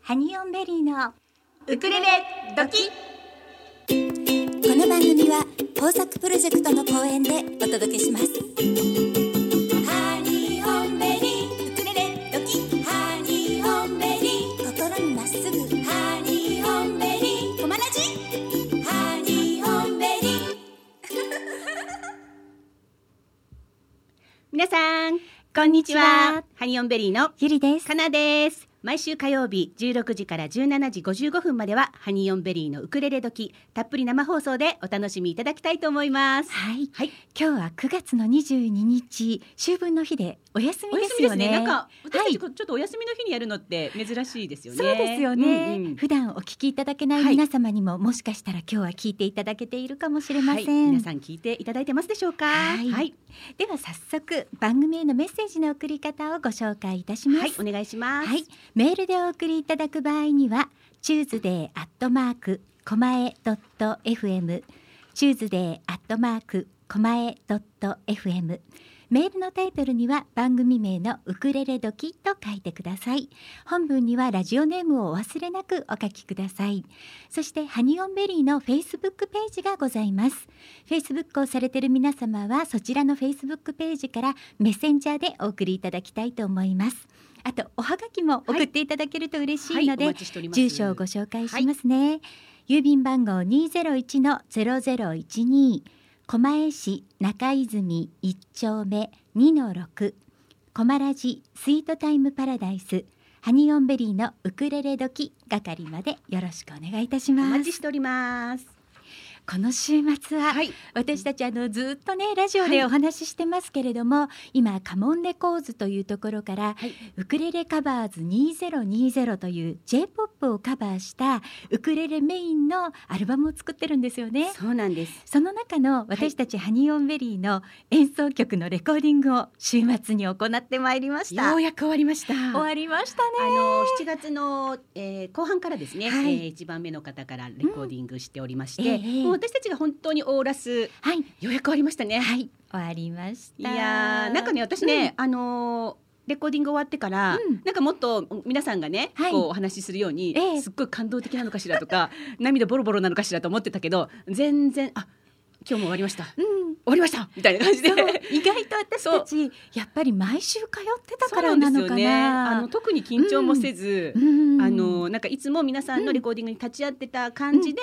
ハニオンベリーのウクレレドキこの番組は豊作プロジェクトの公演でお届けしますハニーオンベリーウクレレドキハニーオンベリー心にまっすぐハニーオンベリー友達ハニーオンベリー皆さんこんにちはこんにちはハニオンベリーのゆりですかなです毎週火曜日16時から17時55分まではハニオンベリーのウクレレ時たっぷり生放送でお楽しみいただきたいと思いますはいはい今日は9月の22日秋分の日でお休みおで休すみでよすねねなんか私たはいちこちょっとお休みの日にやるのって珍しいですよねそうですよね、うんうん普段お聞きいただけない皆様にも、もしかしたら今日は聞いていただけているかもしれません、はい、皆さん聞いていただいてますでしょうかはいはい、では早速番組へのメッセージの送り方をご紹介いたします、はいお願いしますはい、メールでお送りいただく場合には Tuesday アットマークコマエドット FM Tuesday アットマークコマエドット FM メールのタイトルには番組名のウクレレ時と書いてください本文にはラジオネームをお忘れなくお書きくださいそしてハニオンベリーのフェイスブックページがございますフェイスブックをされている皆様はそちらのフェイスブックページからメッセンジャーでお送りいただきたいと思いますあとおはがきも送っていただけると嬉しいので、はいお待ちしております住所をご紹介しますね、郵便番号201の0012狛江市中泉一丁目2の6狛ラジスイートタイムパラダイスハニオンベリーのウクレレ時係までよろしくお願いいたしおま待ちすしておりますこの週末は、はい私たちあのずっとねラジオはでいお話ししてますけれども、今カモンレコーズというところから、はいウクレレカバーズ2020という J-POP をカバーしたウクレレメインのアルバムを作ってるんですよね。そうなんですその中の私たちハニーオンベリーの演奏曲のレコーディングを週末に行ってまいりました。ようやく終わりました終わりましたあね。の7月の、えー後半からですね、はいえー一番目の方からレコーディングしておりまして、うんええもう私たちが本当にオーラスはいようやく終わりましたね。はい終わりましいた。やーなんかね私ね、あのーレコーディング終わってから、うんなんかもっと皆さんがね、はいこうお話しするように、ええすっごい感動的なのかしら とか涙ボロボロなのかしらと思ってたけど全然あ今日も終わりました終うんわりましたみたいな感じでそう意外と私たちやっぱり毎週通ってたからなのそうかんですよねあな。の特に緊張もせず、うんあのなんかいつも皆さんのレコーディングに立ち会ってた感じで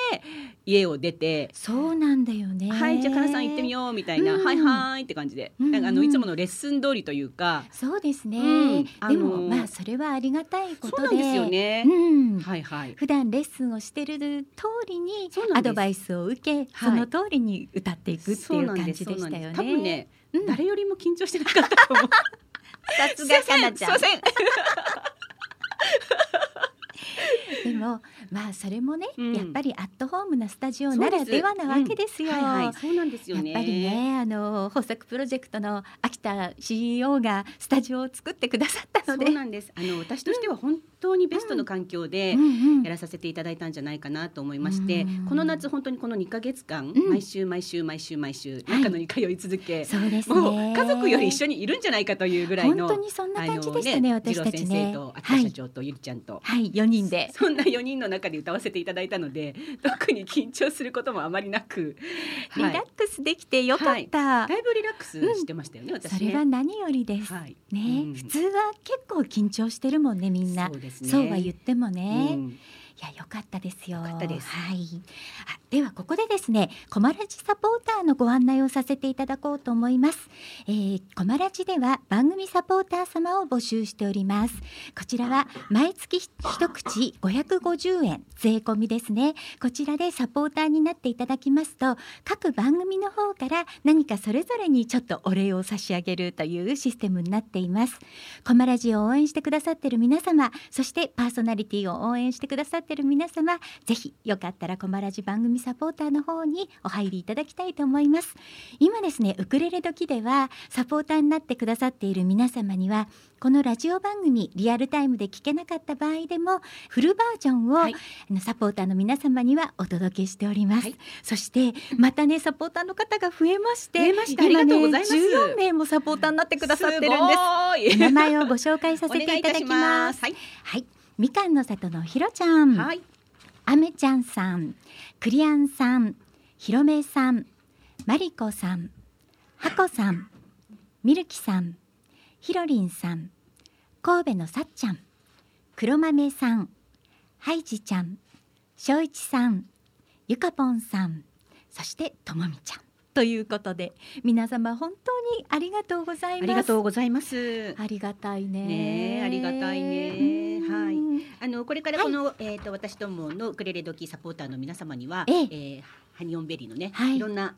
家を出て、そうなんだよね。はいじゃあかなさん行ってみようみたいな、うんはいはいって感じで、うんなんかあのいつものレッスン通りというか、そうですね。うんあのでもまあそれはありがたいこそとで。うなんですよね、うんはいはい普段レッスンをしてる通りにそうなんでアすドバイスを受け、はいその通りに歌っていくってそいううなん感ですじでしたよね。そうなんです多分ね、うん誰よりも緊張してなかったと思う さすがかなちゃんすいませんでもまあそれもね、うんやっぱりアットホームなスタジオならではなわけですよ。はいはいそうなんですよねやっぱりねあの豊作プロジェクトの秋田 CEO がスタジオを作ってくださったそうのでなんですあの私としては本当にベストの環境で、うんうんやらさせていただいたんじゃないかなと思いまして、うんこの夏本当にこの2ヶ月間、うん毎週毎週毎週毎週い中野に通い続け、そうですねもう家族より一緒にいるんじゃないかというぐらいの本当にそんな感じでしたあねの私たち二郎先生ねとは秋田社い長とゆりちゃんと、はい四人でそんな4人の中で歌わせていただいたの で特に緊張することもあまりなく、リはラいッ、クスできてよかった、だいぶリラックスしてましたよね、そ私ね。れは何よりです、はいね、うん普通は結構緊張してるもんねみんなそうですねそうは言ってもね、ういんや良かったですよ良かったですはいあではここでですねコマラジサポーターのご案内をさせていただこうと思います、えー、コマラジでは番組サポーター様を募集しておりますこちらは毎月ひ一口550円税込みですねこちらでサポーターになっていただきますと各番組の方から何かそれぞれにちょっとお礼を差し上げるというシステムになっていますコマラジを応援してくださってる皆様そしてパーソナリティを応援してくださってる皆様ぜひよかったらコマラジ番組サポーターの方にお入りいただきたいと思います今ですねウクレレ時ではサポーターになってくださっている皆様にはこのラジオ番組リアルタイムで聞けなかった場合でもフルバージョンを、はいあのサポーターの皆様にはお届けしております、はいそしてまたねサポーターの方が増えまして増えました今ねありがとうございます14名もサポーターになってくださってるんです ごーい名前をご紹介させていただきますお願いいたしますはいはいみかんの里のひろちゃん、はい。あめちゃんさん、クリアンさん、ひろめいさん、まりこさん、はこさん、みるきさん、ひろりんさん、神戸のさっちゃん、黒豆さん、はいじちゃん、しょういちさん、ゆかぽんさん、そしてともみちゃん。ということで、皆様本当にありがとうござあいます。りがとうございます。ありがたいね。ねえありがたいねうんはいあのこれからこの、えっ、と私どものウクレレ時サポーターの皆様には、ええーハニオンベリーのね、はいい、ろんな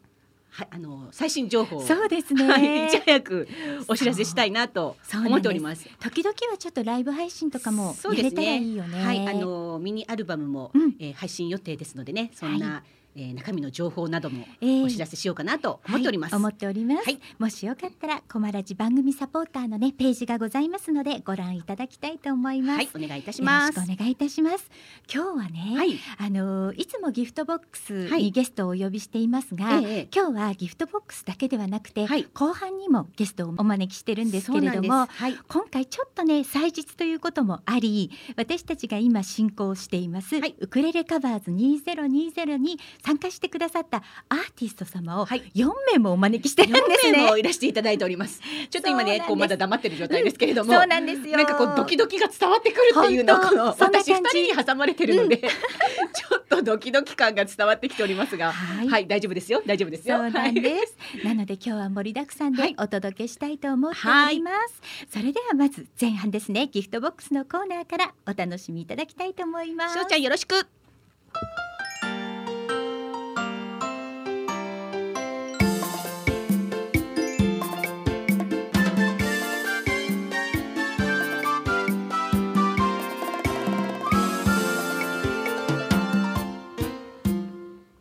はあの最新情報をそうですね。 はいいち早くお知らせしたいなとそう思っております。時々はちょっとライブ配信とかもそうやでれすたねらいいよね。はい、あのミニアルバムも、うんえー配信予定ですのでね、そんな、えー中身の情報などもえーお知らせしようかなと思っております。はい思っております。はいもしよかったら、コマラジ番組サポーターのね、ページがございますので、ご覧いただきたいと思います。はい、お願いいたします。よろしくお願いいたします。今日はね、はい、あのいつもギフトボックスはにいゲストをお呼びしていますが、ええ今日はギフトボックスだけではなくて、はい後半にもゲストをお招きしてるんですけれどそうなんもで、すはい、今回ちょっとね祭日ということもあり私たちが今進行しています、はいウクレレカバーズ2020に参加してくださったアーティスト様をはい4名もお招きしてるんです4ね。名もいらしていただいております。ちょっと今そうなんね、ですこうまだ黙ってる状態ですけれども、そうなんですよなんかこうドキドキが伝わってくるっていうのを本当このそんな感私じ二人に挟まれてるの で、ちょっとドキドキ感が伝わってきておりますが、ははいい、大丈夫ですよ、大丈夫ですそよ。うなんはい です、なので今日は盛りだくさんはでいお届けしたいと思っておはりいます、それではまず前半ですねギフトボックスのコーナーからお楽しみいただきたいと思いますしょうちゃんよろしく。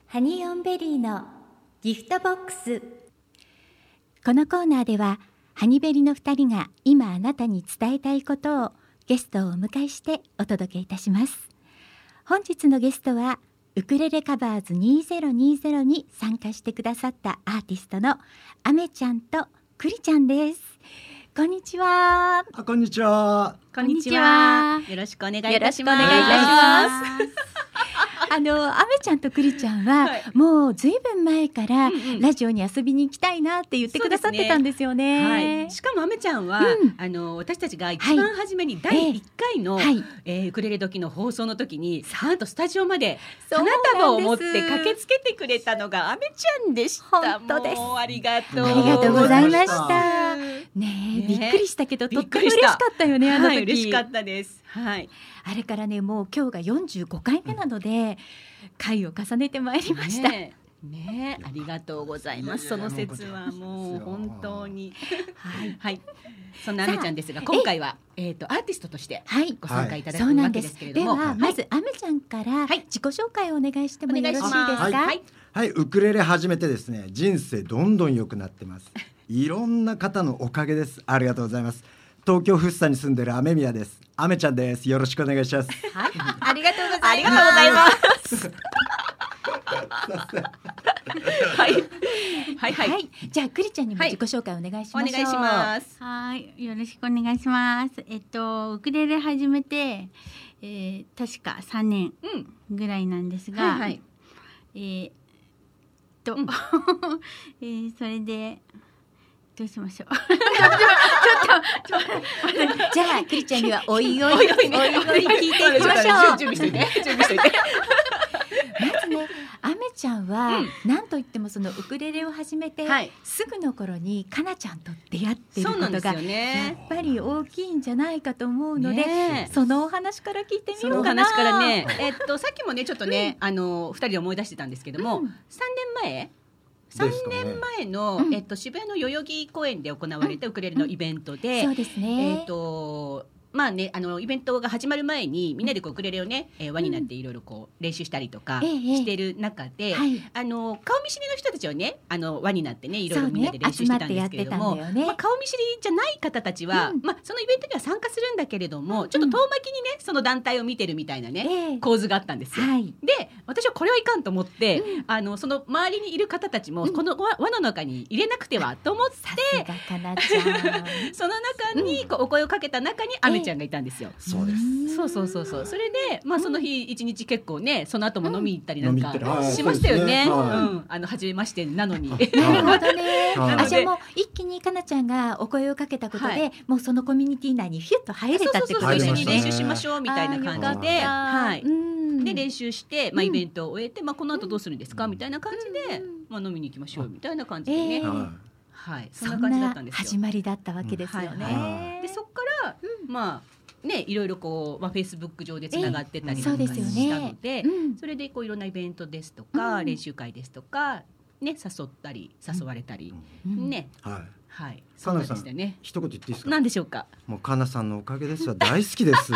ハニーオンベリーのギフトボックスこのコーナーではハニベリの2人が今あなたに伝えたいことをゲストをお迎えしてお届けいたします本日のゲストはウクレレカバーズ2020に参加してくださったアーティストのアメちゃんとクリちゃんですこんにちはあこんにちは。こんにちはよろしくお願いいよろたししくおます。願いいたします。す。 あの、アメちゃんとクリちゃんは、はいもうずいぶん前から、うんうんラジオに遊びに行きたいなって言ってくださってたんですよはねい、。しかもあめちゃんは、うんあの私たちが一は番初めに第一回の、はい、えーウクレレ時の放送の時になんとスタジオまでそうなん花です束を持って駆けつけてくれたのがアメちゃんでした本当ですもうありがとうありがとうございました。はねえ、ねびっくりしたけど、びとっってくも嬉りしかしたったよね、あの時。い嬉しかったですはいあれからね、もう今日が45回目なので、回を重ねてまいりました。ねねありがとうございますいそやいやのいや説はもう本当にはい。はいそんなあめちゃんですが今回はえっ、とアーティストとしてはい。ご参加いただそうくなわんけでですす。けでれどもは、いまずアメちゃんからはい自己紹介をお願いしておもよ願ろしいいでしすますか。はいはい、ウクレレ始めてですね、人生どんどん良くなっ てます。いろんな方のおかげです。ありがとうございます。東京福生に住んでるアメミヤです。アメちゃんです。よろしくお願いします。はい、ありがとうございます。ありがとうございます。はい、はい、はい、はい。じゃあ、クリちゃんにも自己紹介お願いしおま願いしょう。します。はい、よろしくお願いします。えっと、ウクレレ始めて、えー確か3年うん、ぐらいなんですが、はい、はい、えーっと、うん えーそれで、どうしましょう。 じゃあ、クリちゃん にはおいおい、おおいいおおいいね聞いていきましょう。準備してね、準備してね。まずね、アメちゃんは、なんといってもそのウクレレを始めて、はいすぐの頃にかなちゃんと出会っているそうこなんとですが、よやね。っぱり大きいんじゃないかと思うので、ねえそのお話から聞いてみそよのうおかな。話からね、えっと、さっきもね、ちょっとね、あの、二人で思い出してたんですけども、三年前。三ですかね年前の、えっと、渋谷の代々木公園で行われたウクレレのイベントでそ。うですね。えっ、とまあねあのイベントが始まる前にみんなでこうウクレレをね、えー輪になっていろいろこう練習したりとかええええしてる中で、はい。あの顔見知りの人たちはねあの輪になってねいろいそうろねみんなで練習してたんですけれども、集まってやってたんだよねまあ、顔見知りじゃない方たちは、うんまあ、そのイベントには参加するんだけれども、ちょっと遠巻きにねその団体を見てるみたいなね、ええ構図があったんですよ。はい。で私はこれはいかんと思って、あのその周りにいる方たちも、この輪輪の中に入れなくてはと思ってさすがかなちゃん。その中にこうお声をかけた中にアメちゃんがいたんですよ。そうです。そうそうそうそう。それで、まあその日一日結構ね、その後も飲み行ったりなんうんか飲み行ったりはいしましたよね。うそうですねはいん、あの初めましてなのに。 なるほどね。はいあじゃあもう一気にかなちゃんがお声をかけたことで、はいもうそのコミュニティ内にヒュッと入れそうたそうってそうことそう、で入す一緒ねれましにた練習しましょうみたいな感じで、あーはい。うんで練習して、まあうんイベントを終えて、まあこの後どうするんですかうんみたいな感じで、まあ飲みに行きましょうみたいな感じでえねー。ははい。そんそなん感じだったなんです始よ。まりだったわけですようんね。はいはでそこからまあね、いろいろこうまあフェイスブック上でつながってたりそなうんでかすよねしたのでう、ん、それでこういろんなイベントですとか、うん練習会ですとか、ね、誘ったり誘われたり、うんねい。はい。はいそかうななんさでんしたね。一言言っていいですかなんでしょうかもうかなさんのおかげですよ大好きです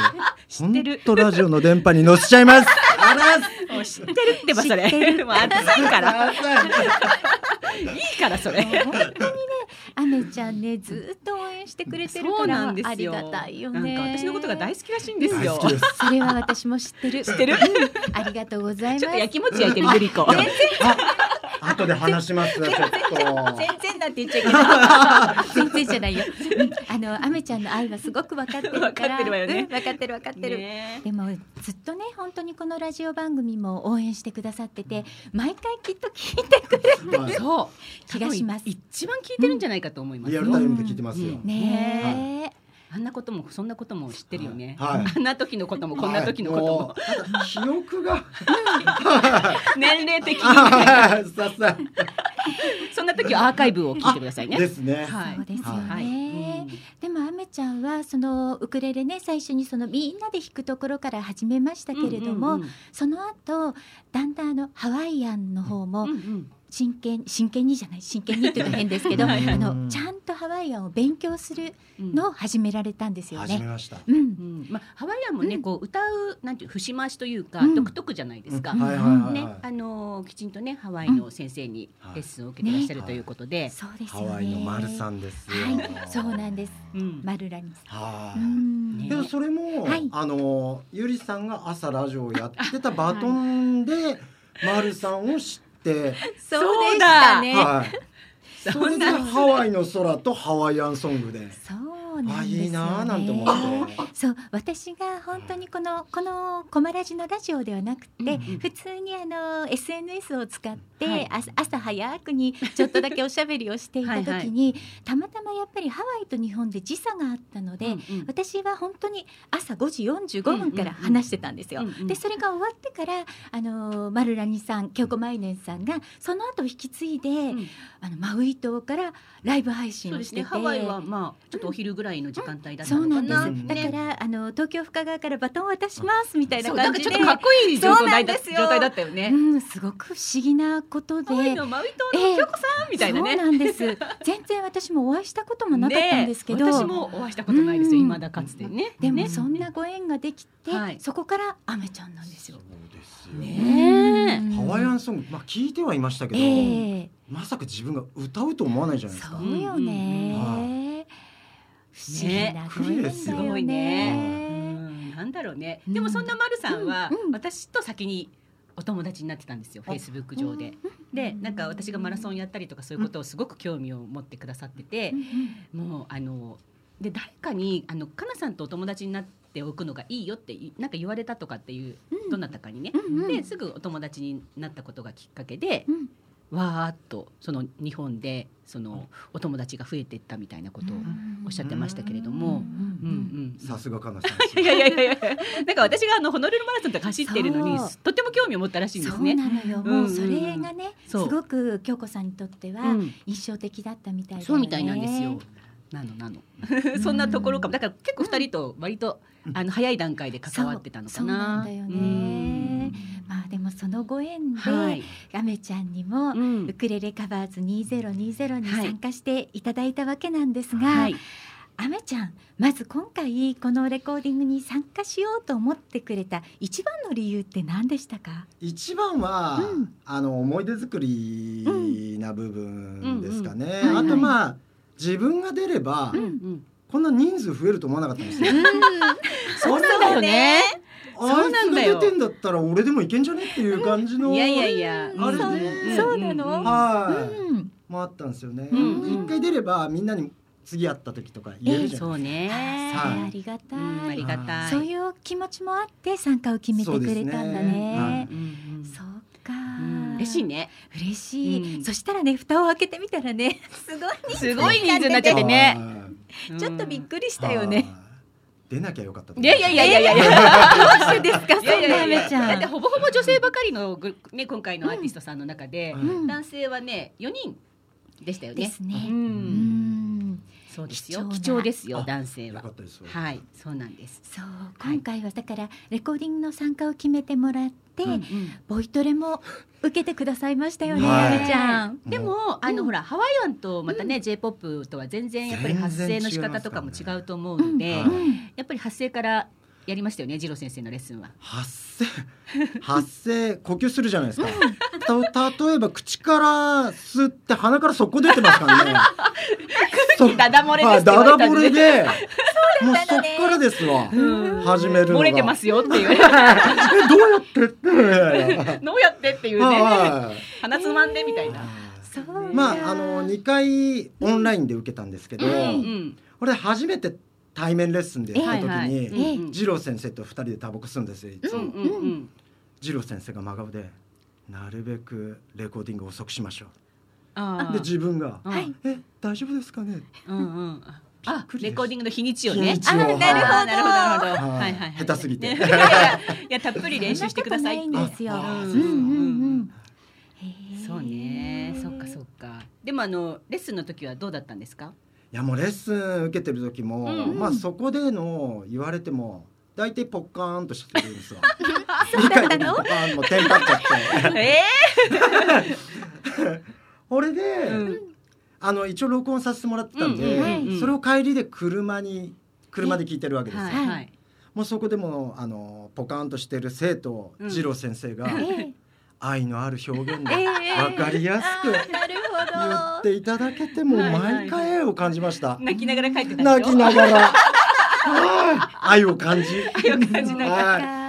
知っ本てる当ラジオの電波に乗せちゃいますあらすもう知ってるってばそ れもうあたさいからあらいいからそれアメちゃんねずっと応援してくれてるそかうならんですよありがたいよね。なんか私のことが大好きらしいんです大よ好きですそれは私も知って る。知ってるありがとうございます。ちょっとやきもち焼いてるゆり子全あ後で話しますちょっと然なんて言っちゃいけない全 然じゃないよ。うんあのアメちゃんの愛はすごく分かってるから。分かってるわよねうん分かってる分かってる。ねでもずっとね本当にこのラジオ番組も応援してくださってて毎回きっと聞いてくれはえいそう気がします多分一番聞いてるんじゃないかと思いますリアよ、ルタイムで聞いてますよ、うんねあんなこともそんなことも知ってるよね、はいあんな時のこともこんな時のことも、はいもう記 憶が年齢的に あーささそんな時はアーカイブを聞いてくださいね。ですねはいそうですよね、はいうんでもアメちゃんはそのウクレレね最初にそのみんなで弾くところから始めましたけれども、うんうんうんその後だんだんあのハワイアンの方もうんうん真剣真剣にじゃない真剣にっていうのは変ですけどはいはい あのちゃんとハワイアンを勉強するうんのを始められたんですよ始めね。ましたうんう、んまあ、ハワイアンもね、うんこう歌うなんていう節回しというか、うん独特じゃないですか、はいはいはいはいねあのーきちんとねハワイの先生にはいレッスンを受けてらっしゃるということで、そうですハよね。ワイの丸さんですよはい、そうなんです。うんマルラニさはん。ういんねでもそれも、はいあのゆりさんが朝ラジオをやってたバトンで、まるさんを知って、そうでしたね。 はい。それでハワイの空とハワイアンソングで、そうなあんですよね。いいなあなんて思って、そう私が本当にこのこのコマラジのラジオではなくて、うん普通にあの SNS を使って、はいあ朝早くにちょっとだけおしゃべりをしていた時にたまたまやっぱりハワイと日本で時差があったので、うんうん私は本当に朝5時45分から話してたんですよ。うんうんうんでそれが終わってからあのマルラニさん京子舞音さんがその後引き継いで、うんあのマウイ島からライブ配信そうをでしすてねて。ハワイはまあちょっとお昼ぐらいの時間帯だったそうのなかんでな、す。だねからあの東京深川からバトンを渡しますみたいなそうな感んかじちでょっとかっこいい状態そうだなんですよ状態だったよね。うんすごく不思議なことでハワイのマウイ島ええの京子さんみたいなね。そうなんです。全然私もお会いしたこともなかったんですけど、ねえ私もお会いしたことないですよ、うん未だかつてね。でもねそんなご縁ができて、はいそこからアメちゃんなんですそよう。ですよ。ねうんハワイアンソング、まあ聞いてはいましたけど、ええまさか自分が歌うと思わないじゃないですそか。うよね。うん不思議なご縁だよね。ねすごいね。うんなんだろうね。でもそんなマルさんはうんうん私と先にお友達になってたんですよ、フェイスブック上で。で、なんか私がマラソンやったりとかそういうことをすごく興味を持ってくださっててう、んもうあので誰かにあのかなさんとお友達になっておくのがいいよっていなんか言われたとかっていう、うんどなたかにね。うんうんですぐお友達になったことがきっかけで、うんわーっとその日本でそのお友達が増えていったみたいなことをおっしゃってましたけれども、うんうんさすがかなさ ん。いやいやいやいや、なんか私があのホノルルマラソンとか走ってるのにそう、とても興味を持ったらしいんでそすうね。なのよ。うんうんもうそれがね、すそうごく京子さんにとってはうん印象的だったみたいだよね。そうみたいなんですよ。なのなの。そんなところかも、だから結構二人と割と、あの早い段階で関わってたのかな。そうそうなんだようんね。まあでもそのご縁で、はい。アメちゃんにも、うんウクレレカバーズ2020にはい参加していただいたわけなんですが、はい。アメちゃんまず今回このレコーディングに参加しようと思ってくれた一番の理由って何でしたか？一番は、うんあの思い出作りな部分ですかね。うんうんはいはいあとまあ自分が出れば、うんうんこんな人数増えると思わなかったんですよ。 そうなんだよね。あそいうつなんだよが出てんだったら俺でもいけんじゃねっていう感じの。いやいやいや。あれねんそうなのんんはうい、ん、もあったんですよね。うんで一回出ればみんなに次会った時とか言えるじゃそなういね。はいあーありがたうい、んありがたい。そういう気持ちもあって参加を決めてくれたんだねうんうんそうか、うん嬉しいね。嬉しい、うんそしたらね蓋を開けてみたらね すごいすごい人数になっちゃはっい。てねうんちょっとびっくりしたよね。はい。出なきゃよかったとい思う。やいやいやいやいやいや。どうしてです かそんいやいなやあいやめちゃだっんてほぼほぼ女性ばかりのグね今回のアーティストさんの中でうん、うん男性はね4人でしたよでね。すねう。うんんそうですよ。貴重な貴重ですよあ男性よはか。ったです。はい、そうなんです。そうい今回はだからレコーディングの参加を決めてもらって、うんボイトレも受けてくださいましたよね、はいあめちゃん。でもあのほらハワイアンとまたね J-POP とは全然やっぱり発声の仕方とかも違うと思うので全然違いますからねはいやっぱり発声からやりましたよね次郎先生のレッスンは。発声発声呼吸するじゃないですか。た例えば口から吸って鼻からそこ出てますか らね。た気ダダ漏れですって言われたんではいダダ漏れで。もうそのっねからですわ。始めるのが。漏れてますよって言われえどうやってって。 てどうやってっていうねはい。鼻つまんでみたいな。そうかまああの2回オンラインで受けたんですけど、うん俺初めて対面レッスンでやった時はいはいに、うんうん二郎先生と2人でタバコ吸うんですよいつうもんうんうん二郎先生が真顔で「なるべくレコーディング遅くしましょあーう」で自分がうん「え大丈夫ですかね?うんうんあくりですレコーディングの日にちをね日にちをあーあなるーほどなるほどなるほどははいいはいはい下手すぎてねいやいやいやたっぷり練習してくださいそっんてなことないんですよ。あうんーうんうん。へーそうねそっかそっかでもあのレッスンの時はどうだったんですかいやもうレッスン受けてる時も、うんまあそこでの言われても大体ポッカーンとしてる んですよ。理解できないポッカーンもうテンパっちゃって。ええ俺で、うんあの一応録音させてもらってたんで、うんうんうんそれを帰りで車に車で聞いてるわけですよ、はいはいもうそこでもうあのポカーンとしてる生徒うん次郎先生が、え愛のある表現でえ 分かりやすくえなる言っほど。ていただけてもはいはい毎回愛を感じました、泣きながら書いてた泣きなが らはい愛を感じ愛を感じながはいはい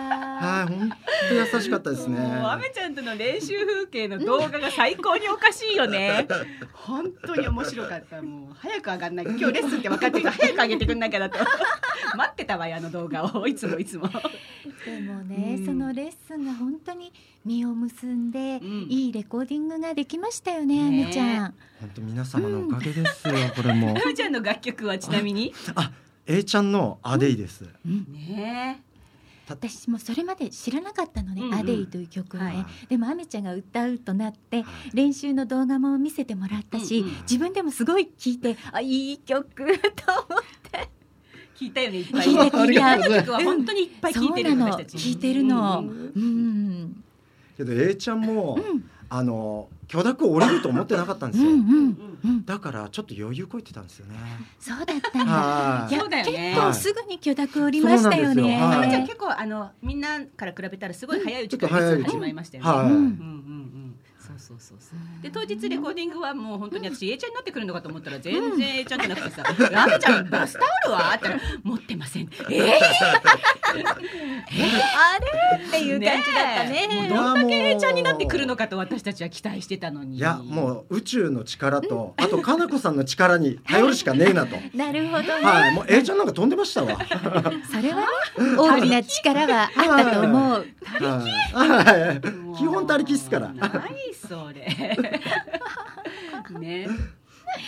本当優しかったですねもうアメちゃんとの練習風景の動画が最高におかしいよ ね。本当に面白かった。もう早く上がんない。今日レッスンって分かってるから早く上げてくんなきゃだ と。待ってたわよあの動画をいつもいつも。でもね、うんそのレッスンが本当に実を結んで、うんいいレコーディングができましたよね、あねめちゃん。本当皆様のおかげですよ、これもアメちゃんの楽曲はちなみに。あ A ちゃんのアデイです、ね私もそれまで知らなかったのね、うんうんアデイという曲をね、はいでもあめちゃんが歌うとなってはい練習の動画も見せてもらったし、うんうん自分でもすごい聴いてあいい曲と思っえ。聞いたよねいっぱい。聞いた聞いたこの曲は本当にいっぱいて聞いてるそうな私のたち。聴いてるの、ううんんけど A ちゃんも、んあの許諾を折れると思ってなかったんでうすんよ、うんうんうん、だからちょっと余裕こいてたんですよねそうだったんだ。はいいやそうだよね結構すぐに許諾をりましたよね。そアうなんメでちゃすよはんい結構あのみんなから比べたらすごい早いうちからレッスン始まりましたよね。はい、うんうんうんうん。そうそうそうそう。で当日レコーディングはもう本当に私 A ちゃんになってくるのかと思ったら全然 A ちゃんじゃなくてさ、ラメちゃんバスタオルはあったら持ってません。ええあれっていう感じだったね。えどんだけ A ちゃんになってくるのかと私たちは期待してたのに。いやもう宇宙の力と、あとかなこさんの力に頼るしかねえ なとなるほどね。はいもう A ちゃんなんか飛んでましたわそれはね、大きな力はあったと思う。はいはいもう基本他力っすから何それ。 ね。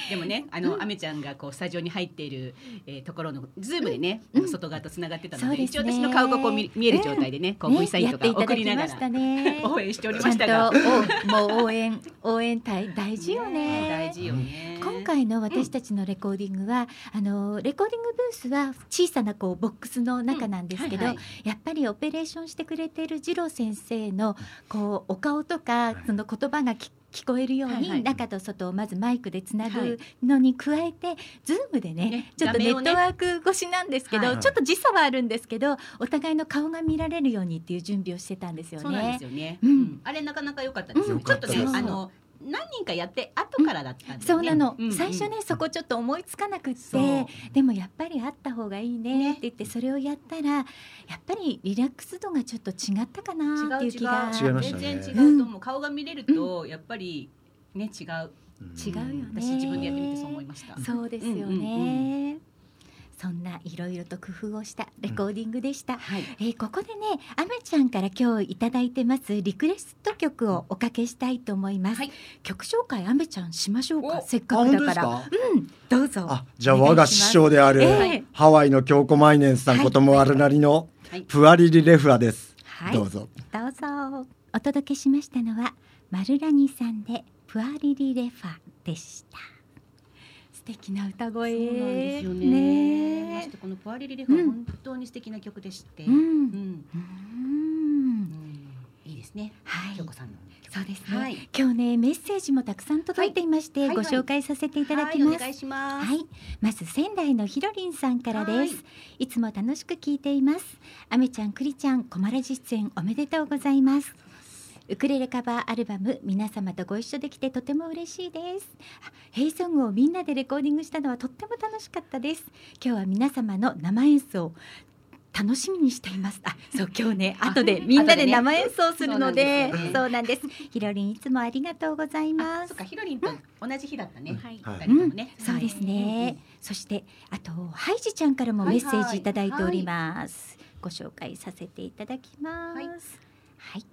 でもね、あの、アメちゃんがこうスタジオに入っている、えーところのズームでね、外側とつながってたので、そうです一応ね私の顔がこう見見える状態でね、こう V サインとか送りながねやっていただきましたらね。応援しておりましちたゃがん、とおもう応援応援隊大事よね。大事よね。今回の私たちのレコーディングは、あのレコーディングブースは小さなこうボックスの中なんですけど、うんはいはやっぱりオペレーションしてくれてる二郎先生のこうお顔とかその言葉がき聞こえるように、はいはい中と外をまずマイクでつなはいぐのに加えて、ズームでねねちょっと画ネ面をッねトワーク越しなんですけど、はいちょっと時差はあるんですけどお互いの顔が見られるようにっていう準備をしてたんですよそうなんでねす。よね。うんうんあれなかなか良かったですよ。うんちょっとね良かっ、たあですの何人かやって後からだったんですね。そうなの、ん最初ねそこちょっと思いつかなくってそうでもやっぱりあった方がいいねって言ってそれをやったらやっぱりリラックス度がちょっと違ったかなっていう気が違う違う違いましたね全然違うと思う、顔が見れるとやっぱりね違違ううよね私自分でやってみてそう思いました。そうですよね、うんうんそんないろいろと工夫をしたレコーディングでした、はい。えーここでねあめちゃんから今日いただいてますリクエスト曲をおかけしたいと思います、はい曲紹介あめちゃんしましょうかおせっあかく本だ当でかすらかどうぞあじゃあ我が師匠である、お願いしますええハワイの京子マイネンさんこともあるなりのはいプアリリレフアです、はいどうぞどうぞお届けしましたのはマルラニさんでプアリリレファでした素敵な歌声そうなんですよね。まねしえてこのポアリリレフはうん本当に素敵な曲でして、ううんん、うんうんいいですね。はい京子さんの曲。そうですね、はい今日ねメッセージもたくさん届いていまして、はいはいごはい紹介させていただきはいまおす、願いします。はい、まず仙台のひろりんさんからです。はいい、つも楽しく聞いています。あめちゃん、くりちゃん、こまらじ出演おめでとうございます。ウクレレカバーアルバム皆様とご一緒できてとても嬉しいですあヘイソングをみんなでレコーディングしたのはとっても楽しかったです今日は皆様の生演奏を楽しみにしています あ、そう今日ね後でみんなで生演奏するので後でねそうなんです ひろりんいつもありがとうございあまそすっかヒロリンと同じ日だったね。はいはい二人ともねそうですはいね。そしてあとハイジちゃんからもメッセージいただいております。ご紹介させていただきます。ははいい。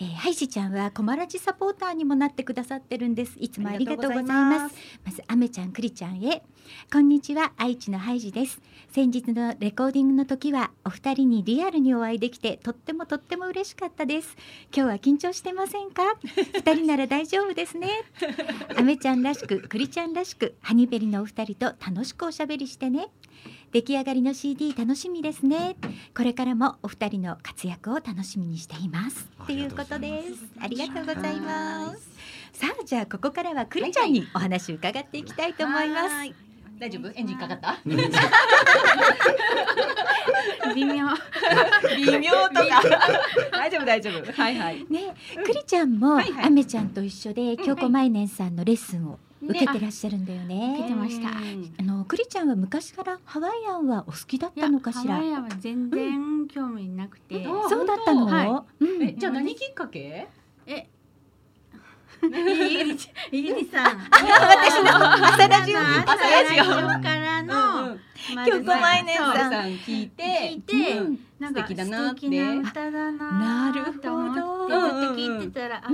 えーハイジちゃんはコマラジサポーターにもなってくださってるんです。いつもありがとうございます。まずアメちゃんクリちゃんへこんにちは愛知のハイジです先日のレコーディングの時はお二人にリアルにお会いできてとってもとっても嬉しかったです今日は緊張してませ んか二人なら大丈夫ですねアメちゃんらしくクリちゃんらしくハニベリのお二人と楽しくおしゃべりしてね出来上がりの CD 楽しみですねこれからもお二人の活躍を楽しみにしていますあといりうがとうことございまですすありがとうございはまいすさあじゃあここからはクリちゃんにお話伺っていきたいと思います、はい大丈夫エンジンかかった？た微妙微妙とか。 大丈夫大丈夫。はいはい。ね、クリちゃんも、はいはいアメちゃんと一緒で京子舞年さんのレッスンをね受けてらっしゃるんだよね。受けてましたうんあのクリちゃんは昔からハワイアンはお好きだっいたやのかしらハワ。イアンは全然興味なくて、 うんそうだったの？はうんえじゃあ何きっか け？えイギリスイ ギリスさん私の朝ラジオ朝ラジオからうんうのん京子舞音そうささん聞いて。聞いてうんなんか素敵だなって素敵な歌だなーって思ってなるほどずっと聞いてたら、あ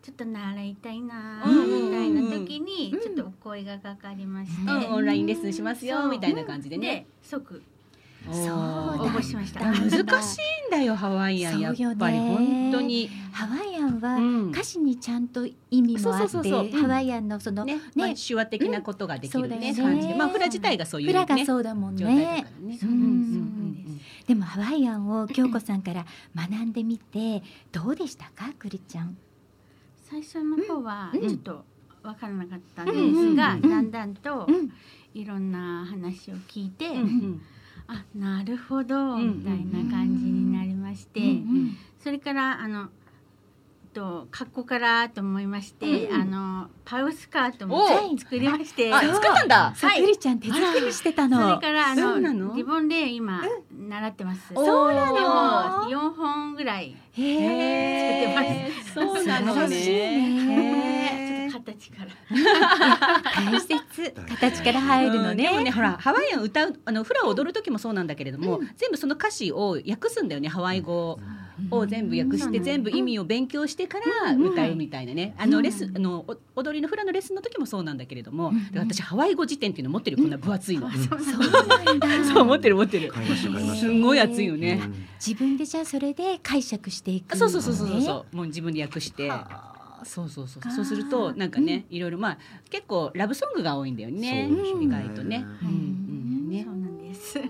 ちょっと習いたいなうーんみたいな時に、うんちょっとお声がかかりまして、ううん、オンラインレッスンしますそようみたいな感じでね。即そう応だ募しましただ難しいんだよハワイアンやっぱりそうよね本当に。ハワイアンは、うん歌詞にちゃんと意味もあってそうそうそうそうハワイアンのその、ね、まあ、ね手話的なことができるね、うんそうだよね感じで、まあ、フラ自体がそういう、フね。ラがそうだもん状態だからね。ね。うんうんでもハワイアンを京子さんから学んでみてどうでしたかクリちゃん。最初の方はうんちょっと分からなかったんですが、うんだんだんとうんいろんな話を聞いて、うんうんあなるほどうんみたいな感じになりまして、うんそれからあのえっと格好からと思いまして、うんあのパウスカートおもう作りまして。あ、作ったんだ。そう、はいクリちゃん手作りしてたの。それからあそうなののリボンレイ今習ってます。そうなでのも四本ぐらいへえ。へー そうなの素晴らしいねね。へちょーっと形から。大切。形から入るのうんでもね。ね、ほら、ハワイアン歌う、あの、フラを踊る時もそうなんだけれども、全部その歌詞を訳すんだよね、ハワイ語を全部訳そうしなて、の全部意味を勉強してから歌うみたいなね。あの、レッスン、あの、お踊りのフラのレッスンの時もそうなんだけれども、で私、ハワイ語辞典っていうの持ってるよ、こんな分厚いの。そうなんそうなんだ。 そう、持ってる、持ってる。買いました買いましすんごい熱いよね。自分でじゃあそれで解釈していくあのね。そうそうそうそうそうそう、もう自分で訳して。そうそうそうかそうするとなんかね、いろいろまあ結構ラブソングが多いんだよねそう意外とね。ううんんうん そうねなんです。は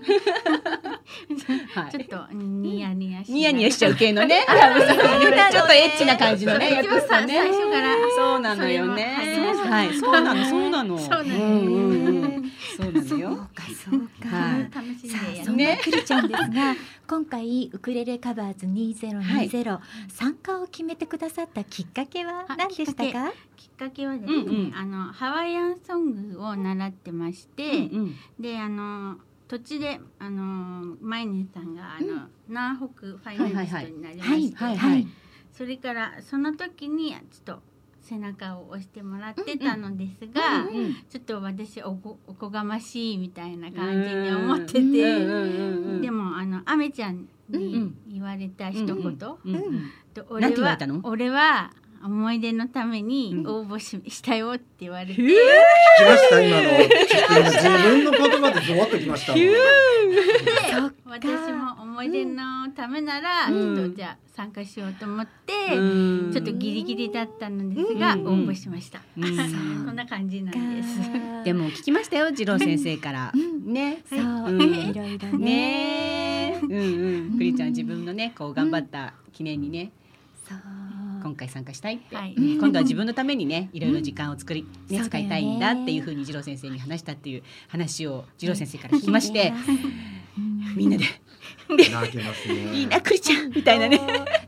ちょっい。とニヤニヤしニヤニヤしちゃう。う系のね、 ラブソングねちょっとエッチな感じのね、一番さ訳すと最初からそうなのよねそれ。ははい、そうなの、そうなの。そうなうのんうんうんそうなのよ。かそうか。はい楽しんさであやそる。んなねクリちゃんですが今回ウクレレカバーズ2020、参加を決めてくださったきっかけはあ何でしたきっかきっかけはですうんうねん、あのハワイアンソングを習ってましうんて、うんであの途中であのマイネンさんがあの南北ファイナリストになりまはいしては、いはいはいいそれからその時にちょっと背中を押してもらってたのですが、うんうんちょっと私おこおこがましいみたいな感じに思ってて、でもあのアメちゃんに言われた一言、うんうんとな俺んて言われはたの俺は思い出のために応募し,、したよって言われて、きました今の。ちょっと今自分の言葉でゾワっときましたもん。私も思い出のためなら、うんちょっとじゃあ参加しようと思って、うんちょっとギリギリだったのですが、うん応募しました、うん そんな感じなんです。でも聞きましたよ次郎先生からうんねそう、うんいろいろねねえうんうんクリちゃん自分のねこう頑張った記念にねそう今回参加したいって、はいね今度は自分のためにねいろいろ時間を作り、ねそうだ使よねいたいんだっていうふうに次郎先生に話したっていう話を次郎先生から聞きましいい てなみんなで泣けます「ね。いいなクリちゃん」 みたいなね。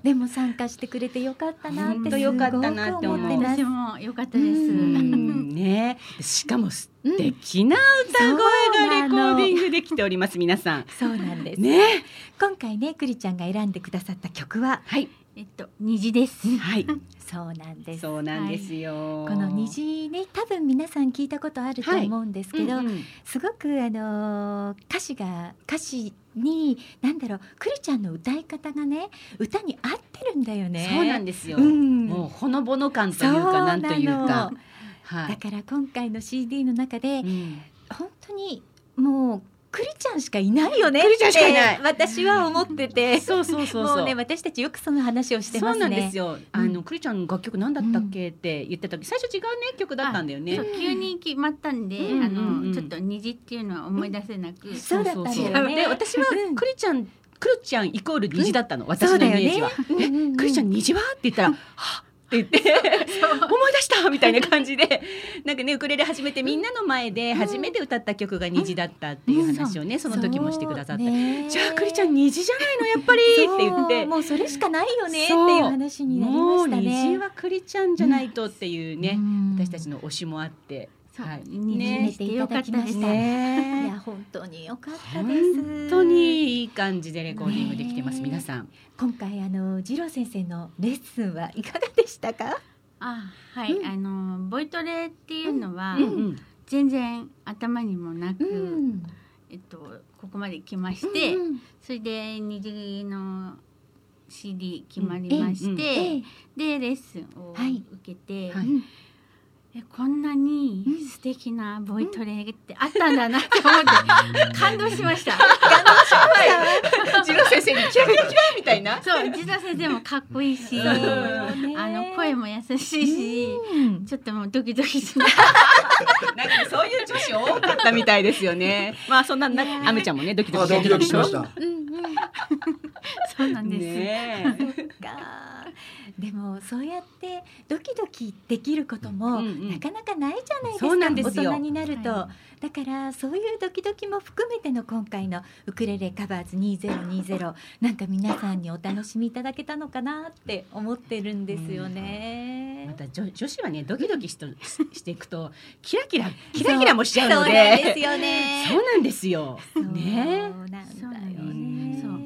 でも参加してくれてよかったなって本当よかったなって思うすごく思って私ますも良かったです。うんねえしかも素敵な歌声がレコーディングできております皆さん。そうなんです、ねえ今回ねクリちゃんが選んでくださった曲ははいえっと虹です。はいそうなんですそうなんですよ。この虹ね多分皆さん聞いたことあると思うんですけど、うんうんすごくあのー歌詞が歌詞に何だろうクリちゃんの歌い方がね歌に合ってるんだよねそうなんですよ。うんもうほのぼの感というかなんというそうなかの。はだい。から今回の CD の中でうん本当にもうクリちゃんしかいないよねクリちゃんしかいないって私は思っててそうそうそうそう。もうね私たちよくその話をしてそまうすねなんですよ。あの、クリちゃんの楽曲なんだったっけって言ってた時、最初違うね、曲だったんだよねそう。急に決まったんで、うんあうんうんのちょっと虹っていうのは思い出せなく、そうだったんだそうよそうねで、私はうんクリちゃん、クリちゃんイコール虹だったの、私そのうイだメよねージは。え、クリちゃん虹はって言ったら、はっって言って思い出したみたいな感じでなんかねウクレレ始めてみんなの前で初めて歌った曲が虹だったっていう話をねその時もしてくださったじゃあクリちゃん虹じゃないのやっぱりって言ってもうそれしかないよねってそういう話になりましたもう虹ね。はクリちゃんじゃないとっていうね、うん私たちの推しもあって、そうはい、虹にしてよかったでした。いねや本当に良かったです。本当にいい感じでレコーディングできてます、ね皆さん。今回あの次郎先生のレッスンはいかがでしたか？あはい、うんあのボイトレっていうのは、 うん全然頭にもなく、えっとここまで来まして、うんそれで虹の CD 決まりまして、ええでレッスンをはい受けて、はいえこんなに素敵なボイトレってあったんだなって思って、感動しました。ジロ先生にキラキラキラみたいな。そう、実は先生もかっこいいし、うんあの声も優しいし、ちょっともうドキドキしながらなんかそういう女子多かったみたいですよ ね。まあそんなな、アメちゃんもね、ドキドあキドキドキしましねた。 そうなんです。え。かでもそうやってドキドキできることも、うんうんなかなかないじゃないですかそうなんですよ大人になると、はだからそういうドキドキも含めての今回の「ウクレレカバーズ2020」なんか皆さんにお楽しみいただけたのかなって思ってるんですよまね。た女女子はね、ドキドキしとししていくと、キラキラ、キラキラもしちゃうので。そうなんですよね。 そうなんですよ。ねそうなんそうなだんだよね。よねそう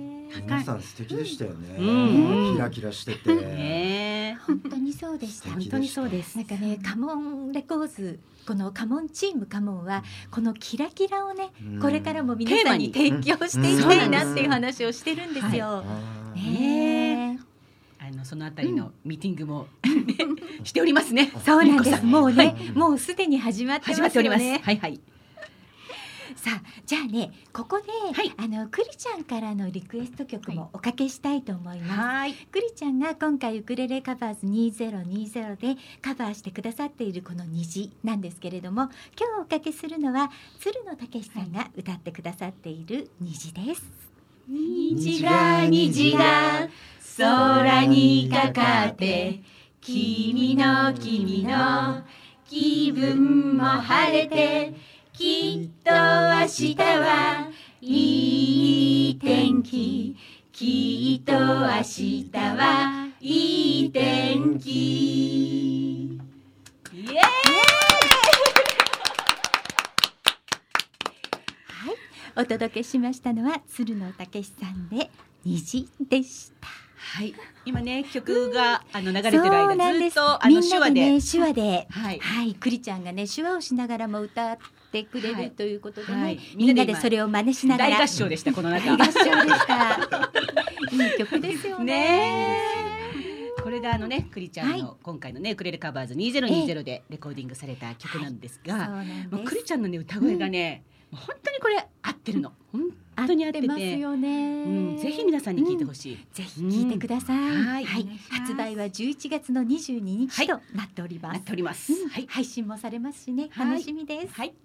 皆さん素敵でしたよね。うんキラキラしてて。え。ね本当にそうでした。。本当にそうですなんかね、カモンレコーズ、このカモンチームカモンは、このキラキラをね、うんこれからも皆さんに提テーマに供していきたいなっていう話をしてるんですよ。あーねええ。あのそのあたりのミーティングも、しております ね。そうなんでゆりこす。さもうねはい、もうすでに始まってます始よね。まっております。はいはい。さあじゃあねここで、はいあのクリちゃんからのリクエスト曲もおかけしたいと思います、はい。クリちゃんが今回ウクレレカバーズ2020でカバーしてくださっているこの虹なんですけれども今日おかけするのは鶴野武さんが歌ってくださっている虹です、虹が虹が空にかかって君の君の気分も晴れてきっと明日はいい天気きっと明日はいい天気イエーお届けしましたのは鶴野武さんで虹でしたイはい。今ね曲があの流れてるそうなん間でずっすとあみのん手なで話でね手話ではいはいクリちゃんがね手話をしながらも歌ってくれはるいということでね、はいみんなでみんなで今それを真似しなが大ら合唱でしたこの中大。合唱でしたいい曲ですよ ねねえこれがあのねクリちゃんはの今回のねウクレレカバーズ2020でレコーディングされた曲なんですそうが、なんもうでクすリちゃんのね歌声がね、もう本当にこれ合ってるの。本合っ当に合ってててますよね、うん、ぜひ皆さんに聞いてほしい。ぜひ聞いてください。うんはいはいお願いします発売は11月の22は日いとなっておりまなす。っております。うんはい。配信もされますしね、はい楽しみです。はい。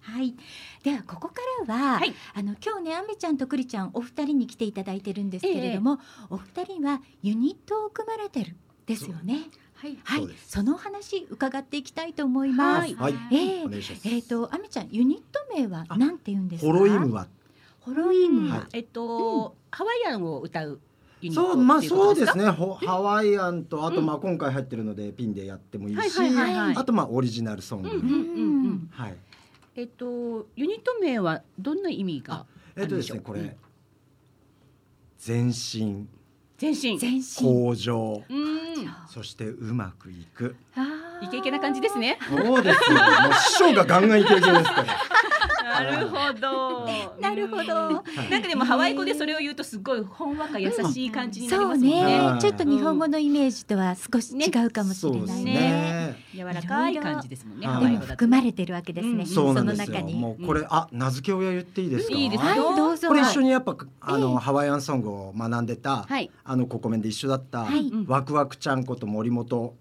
ではここからは、はいあの今日ね、あめちゃんとくりちゃんお二人に来ていただいてるんですけれども、お二人はユニットを組まれてるですよね。はい。はそいうで、すそのお話伺っていきたいと思います。はいはいえおー願いします。えーと、あめちゃん、ユニット名はなんて言うんですか。ホロイムはホロイムはいは。えっと、ハワイアンを歌うユニットっそうていまあうこそとうでですすか。ねほハワイアンとあとまあ今回入ってるのでピンでやってもいいしはいはいはいはいあとまあオリジナルソング、うんうんうんはいえっとユニット名はどんな意味がえっとですねこうれん全身全全身。身。向上うん。そしてうまくいくあーイケイケな感じです。ね。そうですよもう師匠がガンガンいけるですからなるほど。なるほど。はいなんかでもハワイ語でそれを言うとすごいほんわか優しい感じになりそまうすもんね。ね、はいちょっと日本語のイメージとは少し違うかもしれそうでなすいね。ね柔らかい感じですもんね。いろハいろでもワイ語だと含。まれてるわけですね。うんそうなんでそすよの中に。もうこれあ名付け親言っていいですかいいですはい、どうぞ。これ一緒にやっぱあええのハワイアンソングを学んでた、はい。あのここ面で一緒だった、はいワクワクちゃんこと森本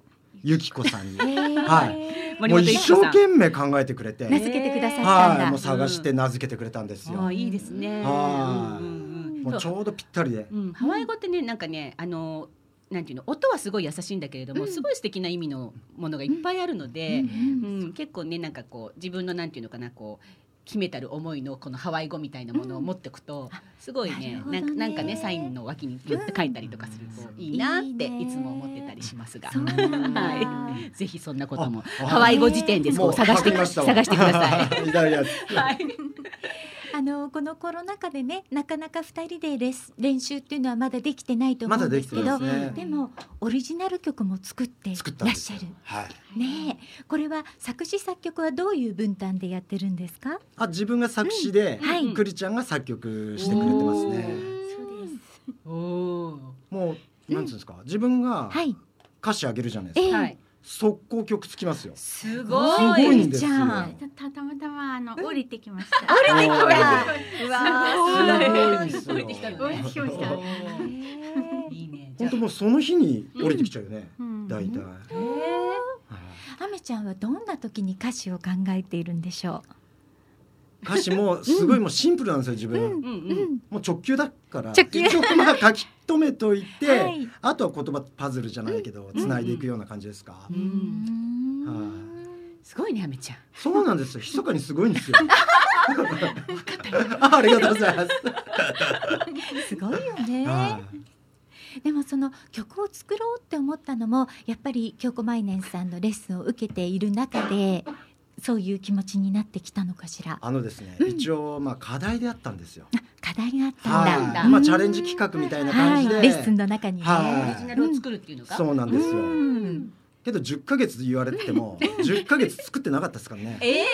由紀子さんに、えーはい森もう本一由紀子生さん。懸命考えてくれて、名付けてくださったんはだ。いもう探して名付けてくれたんですよ。ああいいですね。はいうんうんもうんうちょうどぴったりで、うん、ハワイ語ってねなんかねあのなんていうの音はすごい優しいんだけれども、うんすごい素敵な意味のものがいっぱいあるので、うんうん結構ねなんかこう自分のなんていうのかなこう秘めたる思いのこのハワイ語みたいなものを持ってくと、すごいねなるほどねなんかなんかねサインの脇にギュッて書いたりとかすると、いいなっていいねいつも思ってたりしますが そうなんだ。はい、ぜひそんなこともあハワイ語辞典ですこもうう探してわかりまたわ探してください。。いただきますはい、あのこのコロナ禍でね、なかなか二人でレス練習っていうのはまだできてないと思まうだんでできすけてど、ますね。でもオリジナル曲も作ってい作ったんらっですしゃよる。はい。ねえ、これは作詞作曲はどういう分担でやってるんですか？あ自分が作詞で、うんはいクリちゃんが作曲してくれてますね。そうです。おおもうなんつうんですか、自分がはい。歌詞あげるじゃないですえか。えー、はい、速攻曲つきますよ。すすごごいんい。ですよ。じゃあたたたまたまあの降りてきました。降りてきうわた。すご降いりてきたの降りてきましたおえーーいいね。じゃ本あ当もうその日に降りてきちゃうよね。うん大体。アメちゃんはどんな時に歌詞を考えているんでしょ歌詞もすごいもうシンプルなんですよ自分。うんうんう。うん。もう直球だから直球一応まあ書き留めといて、はいあとは言葉パズルじゃないけど繋いでいくような感じですか、うんんすごいね、あめちゃん。そうなんですよ密かにすごいんで すよ あありがとうございます、すごいよねは。いでもその曲を作ろうって思ったのもやっぱり京子舞年さんのレッスンを受けている中でそういう気持ちになってきたのかしら。あのですね、うん一応まあ課題であったんですよ、課題があったんだ。はうい、んまあチャレンジ企画みたいな感じで、はいレッスンの中にね。はオいリジナルを作るっていうのが。そうなんですよ、うんけど10ヶ月言われても10ヶ月作ってなかったですからねええ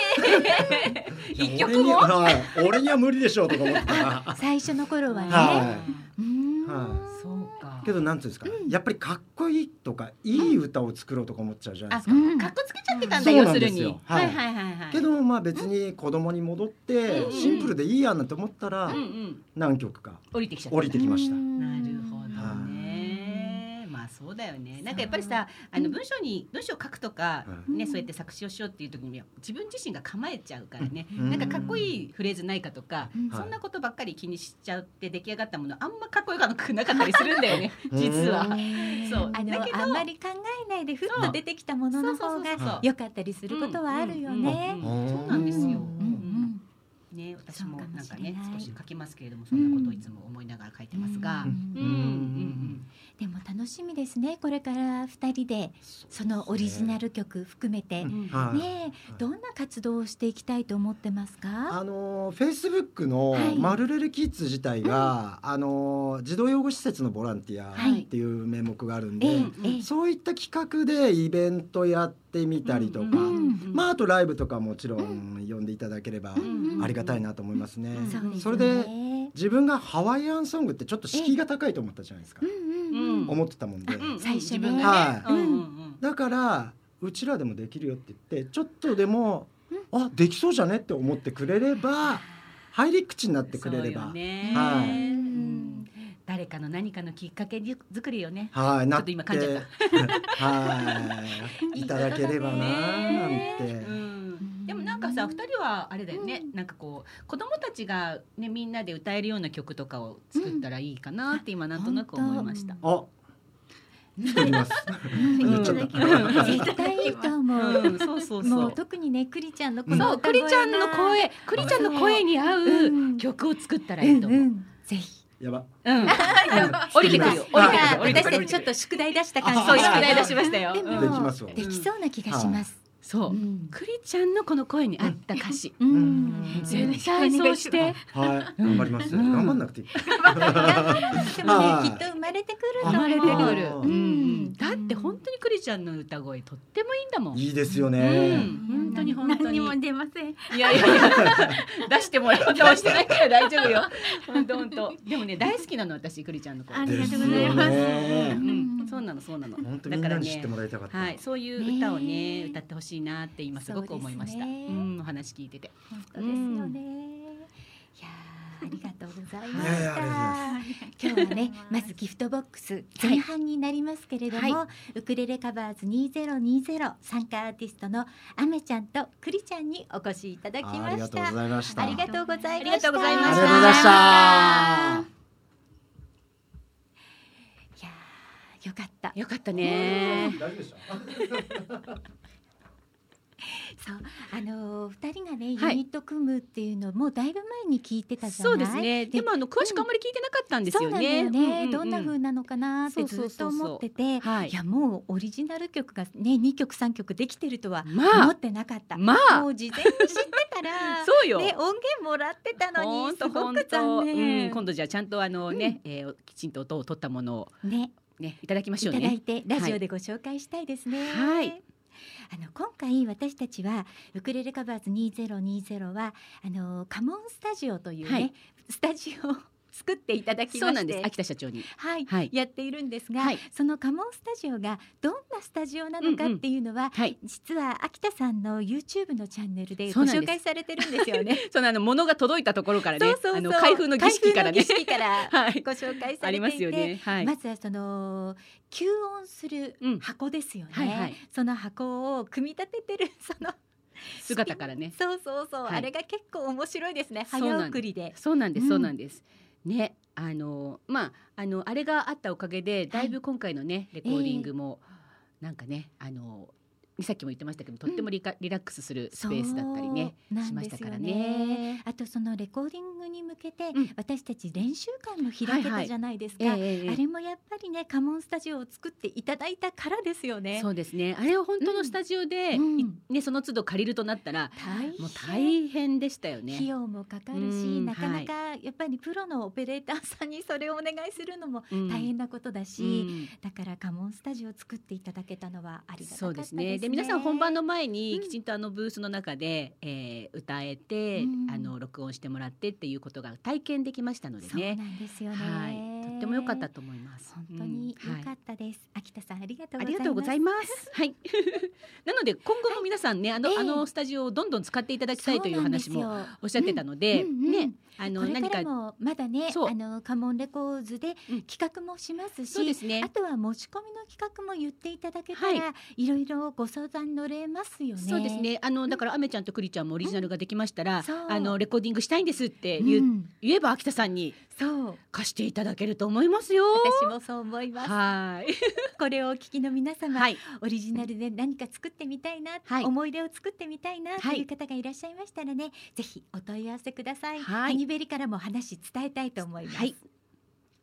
一いや曲俺にも。ははい俺には無理でしょうとか思ってたら最初の頃はね。はうんはそうか。けどなんていうんですか、やっぱりかっこいいとかいい歌を作ろうとか思っちゃうじゃないあ、ですそか、うか。かっこつけちゃってたんだ、そう要なんすでるすによ。ははいいはいはいはい。けどまあ別に子供に戻ってうんシンプルでいいやなんて思ったうらんうん。何曲か降りてきちゃった。降りてきました、なるほどはいね。まあそうだよね。なんかやっぱりさ、あの文章に文章を書くとかは、ね、そうやって作詞をしようっていう時には自分自身が構えちゃうからね。うんなんかかっこいいフレーズないかとかうん、はいそんなことばっかり気にしちゃって出来上がったものあんまかっこよくなかったりするんだよね。実は。そうあだのけどあんまり考えないでふっと出てきたものの方そうそうそうそうが良かったりすることはあるよね。うんうんうんそうなんですよ。うんうんね、私もなんそかねうかもしれない少し書きますけれどもそんなことをいつも思いながら書いてますがう、うんんうんうんでも楽しみですねこれから二人でそのオリジナル曲含めて、うんはいねえどんな活動をしていきたいと思ってますかあのフェイスブックのはいマルレルキッズ自体が、あの児童養護施設のボランティアはいっていう名目があるんで、ええええそういった企画でイベントやってみたりとか、うんうんうんまああとライブとかもちろん呼んでいただければうんありがたいなと思いますね。うんそうですねそれで自分がハワイアンソングってちょっと敷居が高いと思ったじゃないですかう、んうんうんん思ってたもんで、うん最初ね自分がね、はういんうんだからうちらでもできるよって言ってちょっとでも、あできそうじゃねって思ってくれれば入り口になってくれれそうばよ、ねはいうん誰かの何かのきっかけ作りよねはちいょなっっとて今噛んじゃっはいいただければななんて、うんでもなんかさ二人はあれだよね、なんかこう子供たちがねみんなで歌えるような曲とかを作ったらいいかなって今なんとなく思いました。あ作ります。うん言いっちたゃっただきます 絶対いいと思うう。ん、そうそうそもうう。特にねクリちゃんのこのそう、歌声クリがちゃんの声、クリちゃんの声に合うんう曲を作ったらういいんとう思う。んぜひ。やば。うん、降りてくるよ。降りてくるよ。降り私てくたるちちょっと宿題出した感じ。そう宿題出しましたよでもできますわできそうな気がします。そうう、んクリちゃんのこの声に合った歌詞。うんん絶対そうして。はい、頑張ります。うん頑張んなくていい。でもはいねきっと生まれてくると生思うまれてくる。うんうんだって本当にクリちゃんの歌声とってもいいんだもん。いいですようね。ん、本当に本当何にに。も出ません。いやいやいや 出してもらおうとはしてないから大丈夫よ。本当本当。でもね大好きなの私クリちゃんの子。ありでがすとようございますねうん、そうなのそうなの。本当みんなに知ってもらいたかった。はい、そういう歌をねね歌ってほしいなって今すごく思いました。そううですねん、お話聞いてて。本当ですよね。いやーありがとうございまいやいやありがとうございした。今日はね、まずギフトボックス前半になりますけれども、はウクレレカバーズ2020参加アーティストのアメちゃんとクリちゃんにお越しいただきあまりがしとうた。ございました。ありがとうございました。ありがとうございましたありがとうございました。いやーよかった。よかったね。大丈夫でした。そう、あのー二人がね、ユニはいット組むっていうのもうだいぶ前に聞いてたじゃない。そうですね。でもあの詳しくあんまり聞いてなかったんですそうよなんだね。よううね、うどんな風なのかなってずっと思ってて、はいい、やもうオリジナル曲がね2曲3曲できてるとはま思あってなかった、まもあう事前に知ってたら そうよ。ね、音源もらってたの本に当すご本く当。残うん、念、今度じゃあちゃんとあのね、えーきちんと音を取ったものをねねいただきましいょうただいね。てラジオでご紹介したいですね。はいあの今回私たちはウクレレカバーズ2020はあのカモンスタジオというね、はいスタジオを作っていただきましてそうなんです。秋田社長に。はい、はいやっているんですが、はいそのカモンスタジオがどんなスタジオなのかっていうのは、 はい。実は秋田さんの YouTube のチャンネルでそごうなんです紹介されてるんです よね。そのあの物が届いたところからね、そうそうそうあの開封の儀式から開ね封の儀。式から はい。ご紹介さあれりまていすて、よね。はい。まずはその吸音するうん箱ですよね、はいはいその箱を組み立ててるその 姿からね。そうそうそう、はいあれが結構面白いですねそうなんです早送りでそうなんです。うんそうなんです。ね、あのまああのあれがあったおかげで、だいぶ今回のねレコーディングも、なんかねあの。さっきも言ってましたけど、とってもリカ、リラックスするスペースだったりね、そうなしんまでしすたよからね。あとそのレコーディングに向けて、うん私たち練習会も開けはいはたいじゃないですか、ええええあれもやっぱりねカモンスタジオを作っていただいたからですよね。そうですね。あれを本当のスタジオで、うんいねその都度借りるとなったら、大変もう大変でしたよ費ね。用もかかるうし、んなかなかやっぱりプロのオペレーターさんにそれをお願いするのも大大変なことだし、うんだからカモンスタジオを作っていただけたのはありがたかそっうたでですすね。ね。で皆さん本番のの前にうんきちんとあのブースの中で、えー歌えて、うんあの録音してもらってっていうことが体験できましたのでそうね。なんですよね。はい、とっても良かったと思います。本当にうん良かはっいたです。秋田さんありがとうあございます。りがとうございます。はい。 なので今後も皆さんね、あの、ええあのスタジオをどんどん使っていただきたいという話もそうなんですよおっしゃってたので、うんうんうんね、あこのれ何からかもまだねそうあのカモンレコーズでうん企画もしますし、そうですねあとは持ち込みの企画も言っていただけたら、い、ろいろご相談乗れますよね。そうですねあのだからアメちゃんとクリちゃんもオリジナルができましたら、そうあのレコーディングしたいんですってう、言,、うん言えば秋田さんにそう貸していただけると思いますよ。私もそう思います。はーいこれをお聞きの皆様、はいオリジナルで何か作ってみたいな、はい思い出を作ってみたいなとはいいう方がいらっしゃいましたらね、ぜひお問い合わせください。はいハニベリからも話伝えたいと思います。はい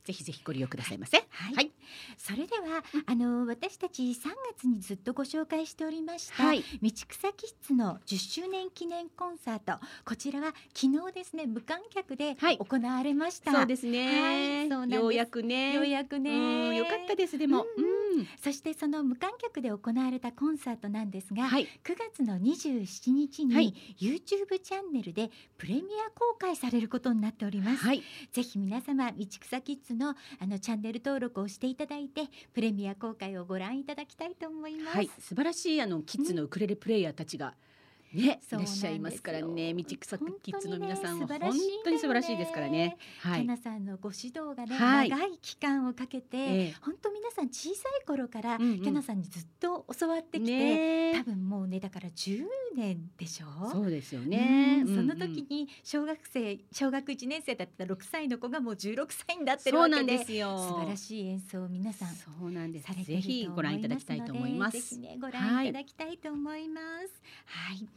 ぜひぜひご利用くださいませ。はい、はいそれでは、あの私たち3月にずっとご紹介しておりました、はい道草気質の10周年記念コンサートこちらは昨日ですね無観客ではい行われました、そうですはね。いそうなんですようやくね。ようやくうんねよかったですでも。うんそしてその無観客で行われたコンサートなんですが、はい。 9月の27日に、はい YouTube チャンネルでプレミア公開されることになっております、はい。ぜひ皆様道草キッズのあのチャンネル登録をしていただいてプレミア公開をご覧いただきたいと思います、はい。素晴らしいあのキッズのウクレレプレイヤーたちが。ね、いそうなんらですっよしゃいますからね。道草キッズの皆さん本は本当にね当に素晴らしいですからね。はかい。なさんのご指導がね、はい長い期間をかけて、ええ本当皆さん小さい頃から、うんうんかなさんにずっと教わってきて、ね多分もうねだから10年でしょそうですようね。んうんそうんの時に小学生小学1年生だった6歳の子がもう16歳になってるそうわなけんでですよ。素晴らしい演奏を皆さんさそうなんです。れてぜるひとご思覧いいただますきたいとの思いまでぜひす。ねご覧いただきたいと思います。はい、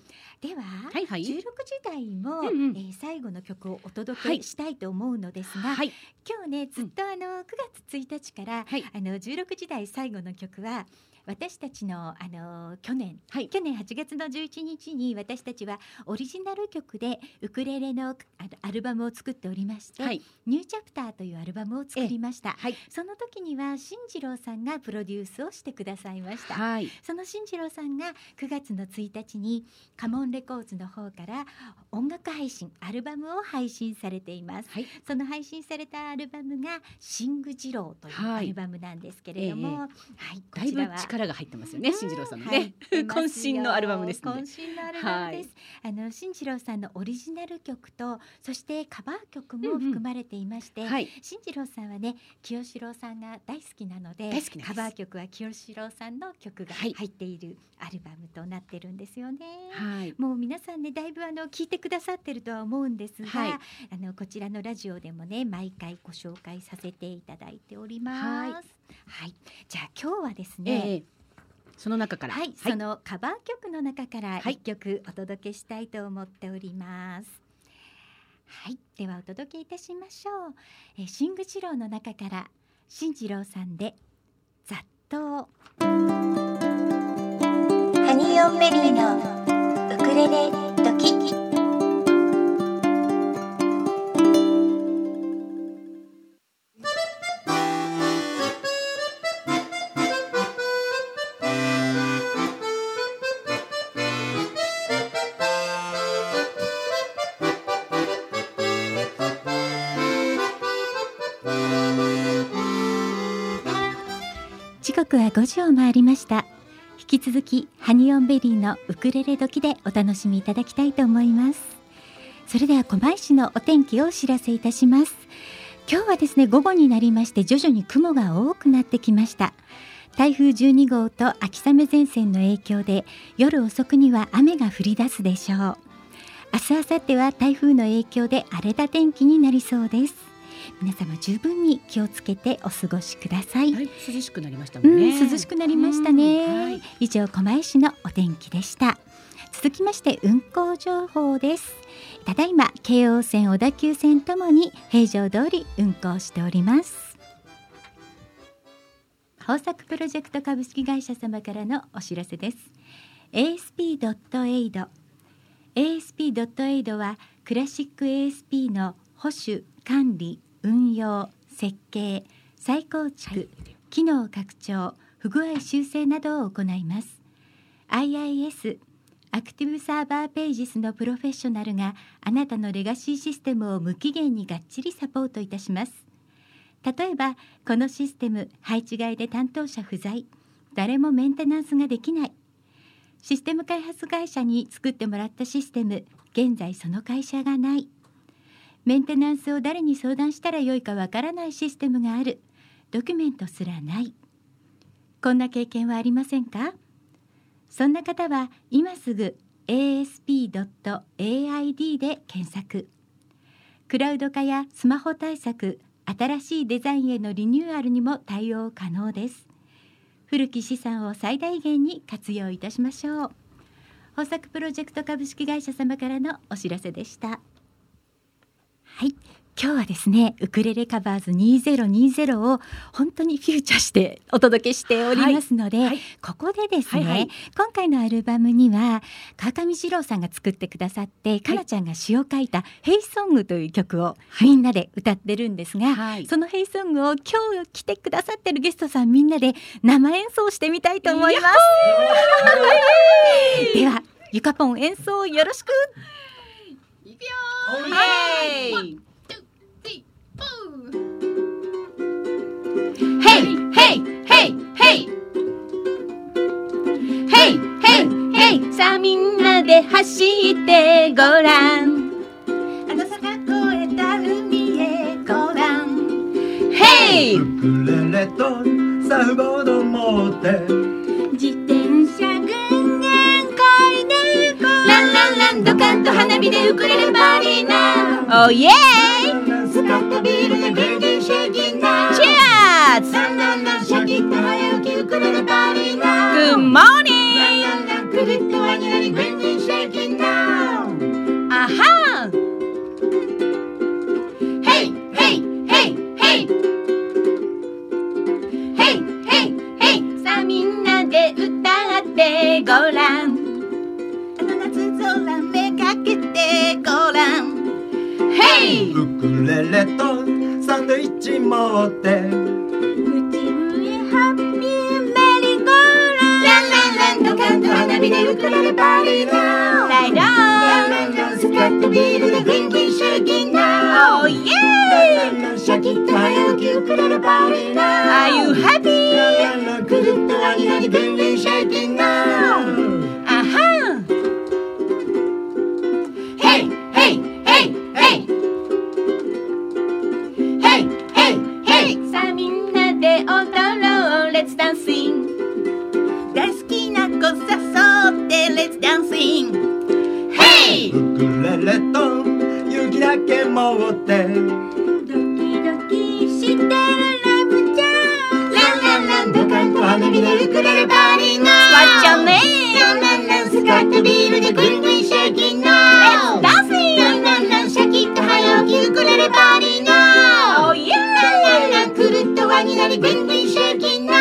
では、はいはい。 16時台も、うんうんえー最後の曲をお届はけいしたいと思うのですが、はい。今日ねずっとあの9月1日から、はいあの16時台最後の曲は私たちのあの去年、はい去年8月の11日に私たちはオリジナル曲でウクレレのあアルバムを作っておりまして、はい。ニューチャプターというアルバムを作りました。はい。その時には新次郎さんがプロデュースをしてくださいました。はい。その新次郎さんが9月の1日にカモンレコーズの方から音楽配信アルバムを配信されています。はい。その配信されたアルバムが「シングジロー」というはアいルバムなんですけれども、はいこだいちらぶは力が入ってますよね、新次郎さんのね。はい 渾身のアルバムですので渾身のアルバムです。あの新次郎さんのオリジナル曲とそしてカバー曲も含まれていまして、はい。新次郎さんはね清志郎さんが大好きなので大好きなんですカバー曲は清志郎さんの曲がはい入っているアルバムとなってるんですよね。はい。もう皆さんねだいぶあの聞いてくださってるとは思うんですが、はいあのこちらのラジオでもね毎回ご紹介させていただいております。は、はいじゃあ今日はですえね、え。その中から。はい、そのカバー曲の中からはい一曲お届けしたいと思っております。はい、ではお届けいたしましょう。えー、シングジローの中から新次郎さんで雑踏。ハニーオンベリーのウクレレドキ時刻は5時を回りました引き続きハニオンベリーのウクレレ時でお楽しみいただきたいと思いますそれでは狛江市のお天気をお知らせいたします今日はですね午後になりまして徐々に雲が多くなってきました台風12号と秋雨前線の影響で夜遅くには雨が降り出すでしょう明日明後日は台風の影響で荒れた天気になりそうです皆様十分に気をつけてお過ごしくださいだいぶ涼しくなりましたもうんん、ね。涼しくなりましたね、うんはい以上狛江市のお天気でした続きまして運行情報ですただいま京王線小田急線ともに平常通り運行しております豊作プロジェクト株式会社様からのお知らせです ASP.AID ASP.AID はクラシック ASP の保守管理運用設計再構築、機能拡張不具合修正などを行います IIS アクティブサーバーページスのプロフェッショナルがあなたのレガシーシステムを無期限にがっちりサポートいたします例えばこのシステム配置外で担当者不在誰もメンテナンスができないシステム開発会社に作ってもらったシステム現在その会社がないメンテナンスを誰に相談したらよいかわからないシステムがあるドキュメントすらないこんな経験はありませんかそんな方は今すぐ asp.aid で検索クラウド化やスマホ対策新しいデザインへのリニューアルにも対応可能です古き資産を最大限に活用いたしましょう豊作プロジェクト株式会社様からのお知らせでしたはい今日はですねウクレレカバーズ2020を本当にフューチャーしてお届けしておりますので、はいはいここでですね、はいはい今回のアルバムには川上二郎さんが作ってくださって、かなちゃんが詩を書いた「ヘイソング」という曲をみんなで歌ってるんですが、はいそのヘイソングを今日来てくださってるゲストさんみんなで生演奏してみたいと思います。ではゆかぽん演奏よろしくいくよイエーイヘイヘイヘイヘイヘイヘイヘイさあみんなで走ってごらん赤坂越えた海へごらんヘイウクレレとサーフボード持って自転車ぐんぐんこいでこランランランドカンと花火でウクレレマリーナおイエーイスカッとビールでビンビンシェイキンナチェアーズランランランシャキッと早起きウクレレバーリーナグッモーニングランランクリッとワニナにビンビンシェイキンナあはんヘイヘイヘイヘイヘイヘイヘイさあみんなで歌ってごらんあの夏空めかけてごらんヘイウクレレとサンドイッチ持って口笛ハッピーメリーゴーランランランドカンと花火でウクレレパーリーナラランイラランンランスカッとビールでビンビンシェイキンナおイエラーインランランシャキッと早起きウクレレバーリーナ Are you happy? ランランランクリッとワニナにビンビンシェイキンナあはんヘイヘイヘイヘイヘイヘイヘイさあみんなで踊ろう Let's dancing 大好きな子誘って Let's dancing ヘイウクレレと雪だけ持ってドキドキしてるラブちゃんランランランドカンと花火でウクレレパーリーナ What's your name? ランランランスカットビールでグイグイシェイキンナ Let's dancing ランランランシャキッと早起きウクレレパーリーナ Oh yeah ランランランくるっと輪になりグイグイシェイキンナあ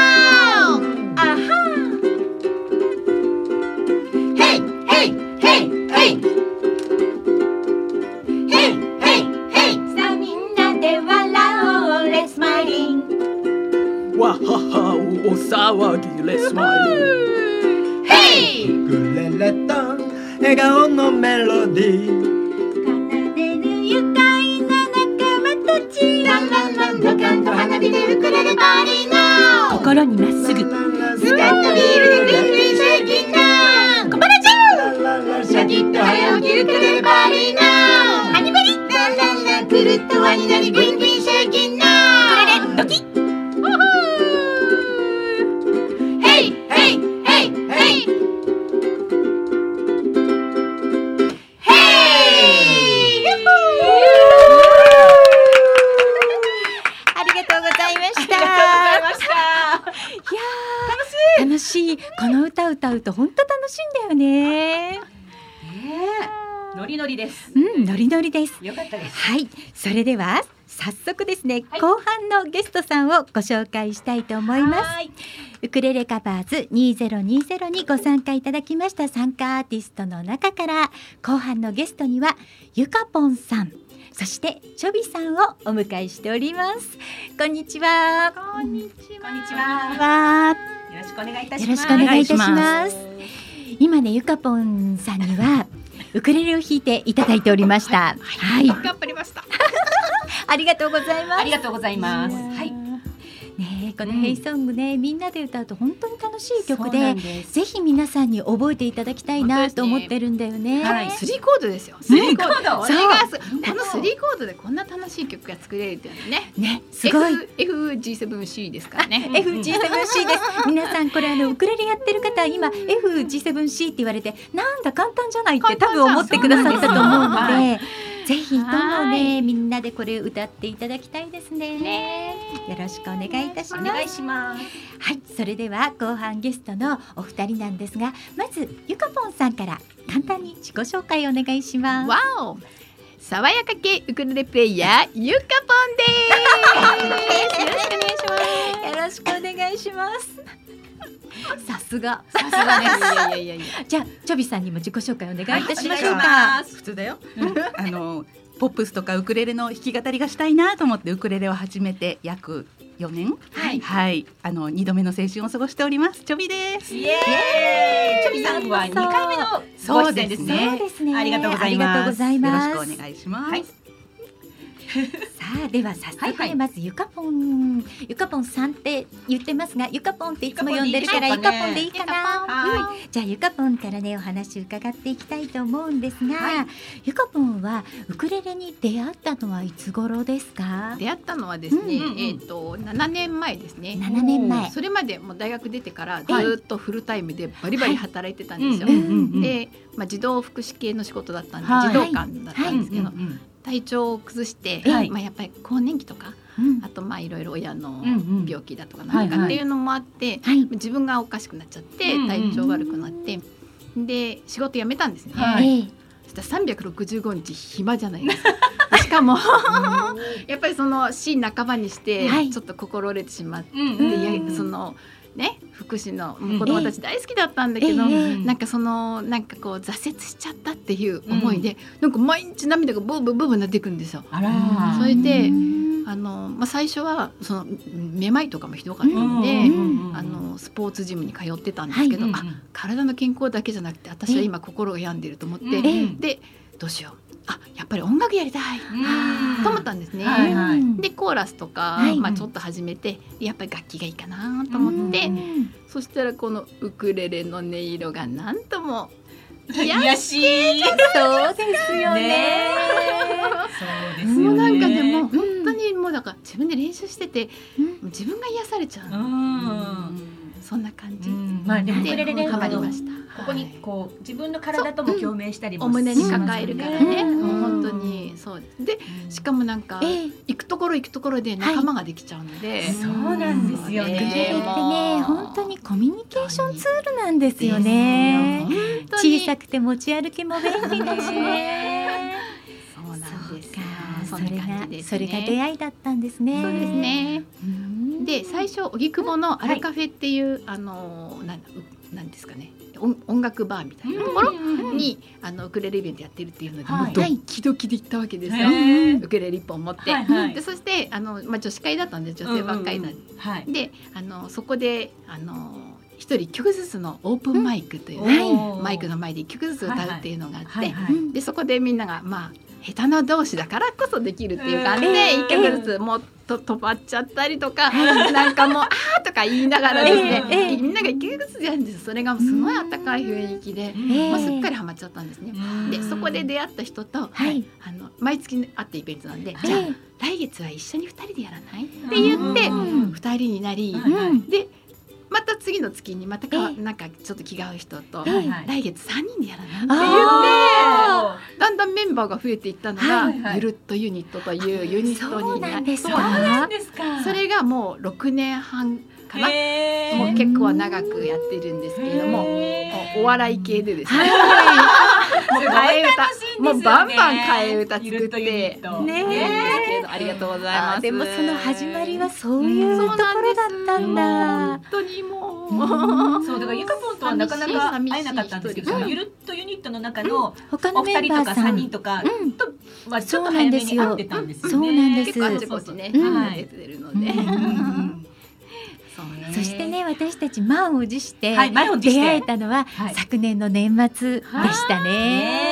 はヘイヘイヘイヘイヘイヘイヘイさあみんなで笑おう Let's smiling わははお騒ぎレスマイル Hey! ウクレレと笑顔のメロディー奏でる愉快な仲間たちランランランドカンと花火でウクレレバリーナー心にまっすぐスカッとビールでグリグリシェイキンナー小腹ちゃんシャキッと早起きウクレレバリーナーハニバリランランランくるっとワニナにグリグリシェイキンナーウクレレドキッウフーヘイヘイヘイヘイヘイありがとうございました。ありがとうございました。いやー楽しい。この歌歌うと本当楽しいんだよね。ノリノリです。うん、ノリノリです。よかったです。はい、それでは早速ですね、後半のゲストさんをご紹介したいと思います。はい。ウクレレカバーズ2020にご参加いただきました参加アーティストの中から後半のゲストにはゆかぽんさんそしてちょびさんをお迎えしておりますこんにちはこんにちこんにちは。はは。よろしくお願いいたよしろましす。くお願いいたしお願ます今ねゆかぽんさんにはウクレレを弾いていただいておりましたはい、頑張りました。ありがとうございますありがとうございます。はい。ねえねこのヘイソングね、みんなで歌うと本当に楽しい曲そうでなんですぜひ皆さんに覚えていただきたいなと思ってるんだよね。はい、スリーコードですよ。スリーコード、んこそれうがすこのスリーコードでこんな楽しい曲が作れるっていうのはね。ねすごい。 F G 7 C ですからね。 FG7C です皆さんこれあのウクレレやってる方今 FG7C って言われてなんだ簡単じゃないって多分思ってくださったと思うのでぜひともねみんなでこれ歌っていただきたいですねよろしくお願いいたしますはいそれでは後半ゲストのお二人なんですがまずゆかぽんさんから簡単に自己紹介お願いしますわお。爽やか系ウクレレプレイヤーゆかぽんです。よろしくよろしお願いします。くお願いしますさすがさすがです。いやいやいやいや。 じゃあチョビさんにも自己紹介お願いいたしましょうか、普通だよ。あのポップスとかウクレレの弾き語りがしたいなと思ってウクレレを始めて約4年。はいあの二度目の青春を過ごしております。ちょびです。イエーイチョビさんは二回目のそうですそうね。ですね。ありがとうございありがます。とうございますよろしくお願いします。さあでは早速、はいはいまずゆかぽん、ゆかぽんさんって言ってますが、ゆかぽんっていつも呼んでるからゆゆかかぽぽんんででいいいいかかな。ゆかぽんうんじゃあゆかぽんからねお話伺っていきたいと思うんですが、ゆかぽんはウクレレに出会ったのはいつ頃ですか？出会ったのはですね、うんうんうんえっ、と7年前ですね。 7年前それまでもう大学出てからずーっとフルタイムでバリバリ働いてたんですよ。はいで、まあ、児童福祉系の仕事だったんで、はい児童館だったんですけど、うんうん体調を崩して、はいまあ、やっぱり更年期とかうんあとまあいろいろ親のうんうん病気だとか何かっていうのもあって、はい。自分がおかしくなっちゃってうんうん体調悪くなって、で仕事辞めたんですね。はいええそしたら365日暇じゃな いですかしかもやっぱりその死半ばにしてはいちょっと心折れてしまっうて、んいやうんそのね福祉のうん子供たち大好きだったんだけど、ええなんかそのなんかこう挫折しちゃったっていう思いで、なんか毎日涙がブーブーブーブーなっていくんですよ。あうんら。それでうんあのまあ、最初はそのめまいとかもひどかったうんので、うんうんあのスポーツジムに通ってたんですけうど、んうんあ体の健康だけじゃなくて私は今心が病んでると思って、うんうんでどうしようあやっぱり音楽やりたいうんと思ったんですね。はいはいでコーラスとか、はいまあ、ちょっと始めてやっぱり楽器がいいかなと思って、うんそしたらこのウクレレの音色がなんとも癒しいそうですよね。そうでもうなんかでもね本当にもうなんか自分で練習してて、うんもう自分が癒されちゃう、うんそんな感じ。うんまあでもウクレレでハマりこました。こにこう自分の体とも共鳴したりもお胸に抱えるからね、うんもう本当にそうですでしかもなんか、ええ行くところ行くところで仲間ができちゃうので、そうなんですよウクレレってねね本当にコミュニケーションツールなんですよね。本当に小さくて持ち歩きも便利だしね。そうなんですよそそれんがな感じですそれねが出会いだったんですね。そうです。ねで最初初荻窪のアルカフェっていう、あのなんだうなんですかね音音楽バーみたいなところに、あのウクレレイベントやってるっていうので、はいもうドキドキで行ったわけですよ、へーウクレレ一本持って、はいはいでそしてあの、まあ、女子会だったんで女性ばっかりなんで、はいであのそこであの一人一曲ずつのオープンマイクという、はいマイクの前で一曲ずつ歌うっていうのがあって、はいはいうんでそこでみんながまあ下手な同士だからこそできるっていう感じうんで一曲ずつもっと止まっちゃったりとか、なんかもう「あ ー」とか言いながらですね、うんうんみんなが一曲ずつやるんですそれがすごいあったかい雰囲気で、んまあ、すっかりハマっちゃったんですね。でそこで出会った人と、はいあの毎月会ってイベントなんで、えじゃあえ来月は一緒に二人でやらないって言ってうん二人になり、うんはいでまた次の月にまたかわええなんかちょっと気が合う人と、はいはい来月3人でやらないあだんだんメンバーが増えていったのが、はいはいゆるっとユニットというユニットそうにななんっですそうなかん。ですかそれがもう6年半かな、へーもう結構長くやってるんですけれども、へーお笑い系でですね、 もう替え歌楽しいんですよねもうバンバン替え歌ゆ作るっっとユニてットねやってるけどありがとうございまあすでもその始まりはそういうとそうこなろんだですったんだ。本当にもう、そうだからゆかぽんとはなかなか寂しい会えなかったんですけど、寂しい一その人ゆるっとユニットの中の他のおメ二ン人バとーかさ三ん人。とかうんとはちょっと早めに会ってたんですよね。そうなんです結構あちこちね、うんあの出てるので、そうねそしてね私たち満を持してはい満を持して出会えたのははい昨年の年末でしたね。ね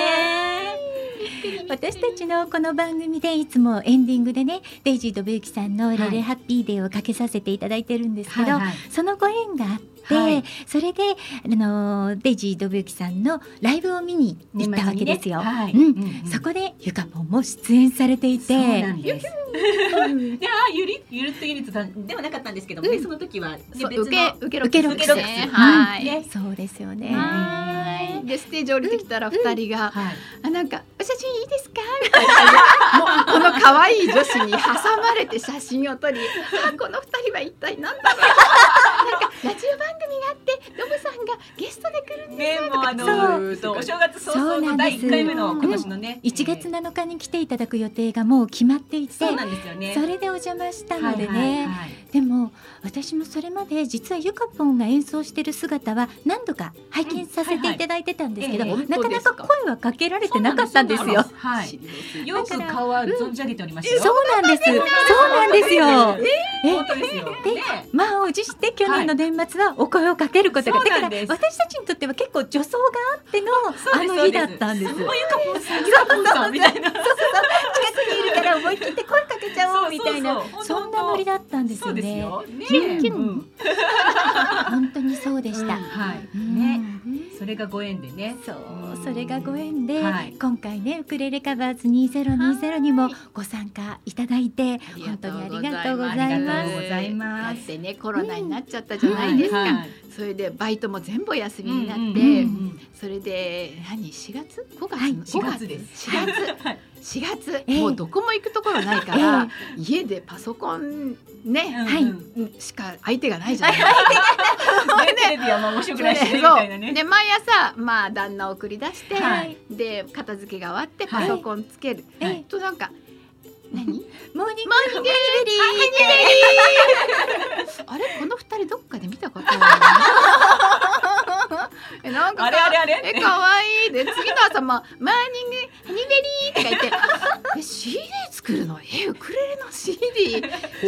私たちのこの番組でいつもエンディングでねデイジーとブユキさんの「レレハッピーデー」をかけさせていただいてるんですけど、はいそのご縁があって、はいそれであのデイジー・ドブユキさんのライブを見に行ったわけですよ。はいうんうんうんそこでゆかぽんも出演されていてそうなんですであーゆりゆるっとゆりつさんではなかったんですけどもね、その時は、ね、そう別の受け受けロッ受けクロッスクでスすねはい、ねそうですよね。はいでステージ降りてきたら二人が、はいあなんかお写真いいですかみたいな感じでもうこの可愛い女子に挟まれて写真を撮りあこの二人は一体何だろうなんかラジオ番組があってロブさんがゲストで来るんでねもうあそのうえっとお正月早々そうのなんで第す一回目の今年のね、 1月えー7日に来ていただく予定がもう決まっていて、そうなんですよねそれでお邪魔したのでね、はいでも私もそれまで実はゆかぽんが演奏してる姿は何度か拝見させていただいてたんですけど、うんはいはいええなかなか声はかけられてなかったんですよ。はいすよく顔は存じ上げておりましたよ、そうなんです。そうなんですよ。本当ですよね満を持して去年の年末はお声をかけることが、はいそうなだんからです私たちにとっては結構女装があってのそうあですの日だったんです。もうゆかぽんさんゆかぽんさんみたいな近くにいるから思い切って声かけちゃおうみたいなそうそうそうそんなノリだったんですそようですね。よねキュンうん本当にそうでした。はいねね、それがご縁でねそううんそれがご縁で、はい今回ねウクレレカバーズ2020にもご参加いただいてり本が当とうにございますありがとうごあざいりまがすとうございだってねコロナになっちゃったじじゃないですか、はいそれでバイトも全部お休みになって、うんうんうんそれで何4月5月、はい5 4月です4月4月、ええもうどこも行くところないから、家でパソコンね、はいうんうんしか相手がないじゃないねテレビはまあ面白くないしねみたいな そうねで毎朝まあ旦那を送り出して、はいで片付けが終わってはパいソコンつける、ええとなんか何モーニングマンゲリー あれこの二人どっかで見たことあるなえなんかあれあれあれえ可愛いで次の朝も「マーニングハニベリー」とか言って「え CD 作るのえウクレレの CD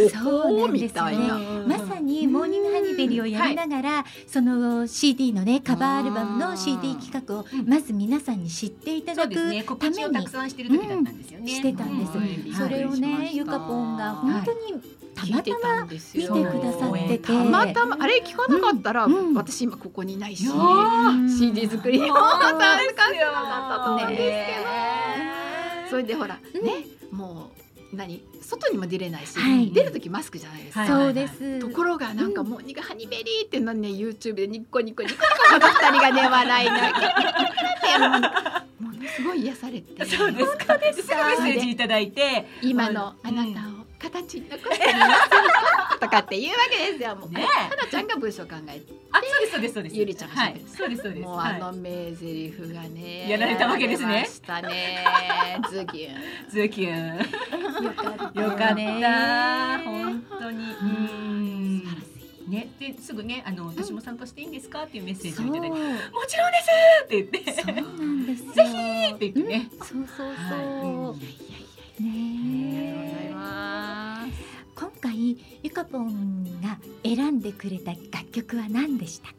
そうなんですよねみたいなまさにモーニングハニベリーをやりながら、その CD のねカバーアルバムの CD 企画をうんまず皆さんに知っていたそだうですねくた告知めをたにくさんしてる時だったんですよねしてたんです、はいびっくりしましたそれをねゆかぽんが本当にた聞まいてたまたんですよ見てくださっててたまたまあれ聞かなかったら、うんうん私今ここにないし、いや CD 作りも本当参加でしすよなかったと思うんですけど、それでほら、うんねもう何外にも出れないし、はい出る時マスクじゃないですか。はいそうですところがなんかもうニガハニベリーっていうのにね YouTube でニッコニコニコニコの二人がね笑いのキラキラキラキラってもうものすごい癒されてそうですか。ですぐメッセージいただいて、今のあなたを形に残してみませんかとかっていうわけですよもう、ねはなちゃんが文章考えてあ、そうですそうですそうです。ゆりちゃんがは喋いって、そうですそうです。もうあはの名台詞がね、やられたわけですねやられましたね。 ズギュい、ン。ズキュ ン、よよかったかった、本当に。うん素晴らしね、ですぐね、あの私も参加していいんですかっていうメッセージそをういただいて、もちろんですって言って、そうなんですよぜひって言ってね。そうそうそう、はいねえありがとうございます。今回ゆかぽんが選んでくれた楽曲は何でしたか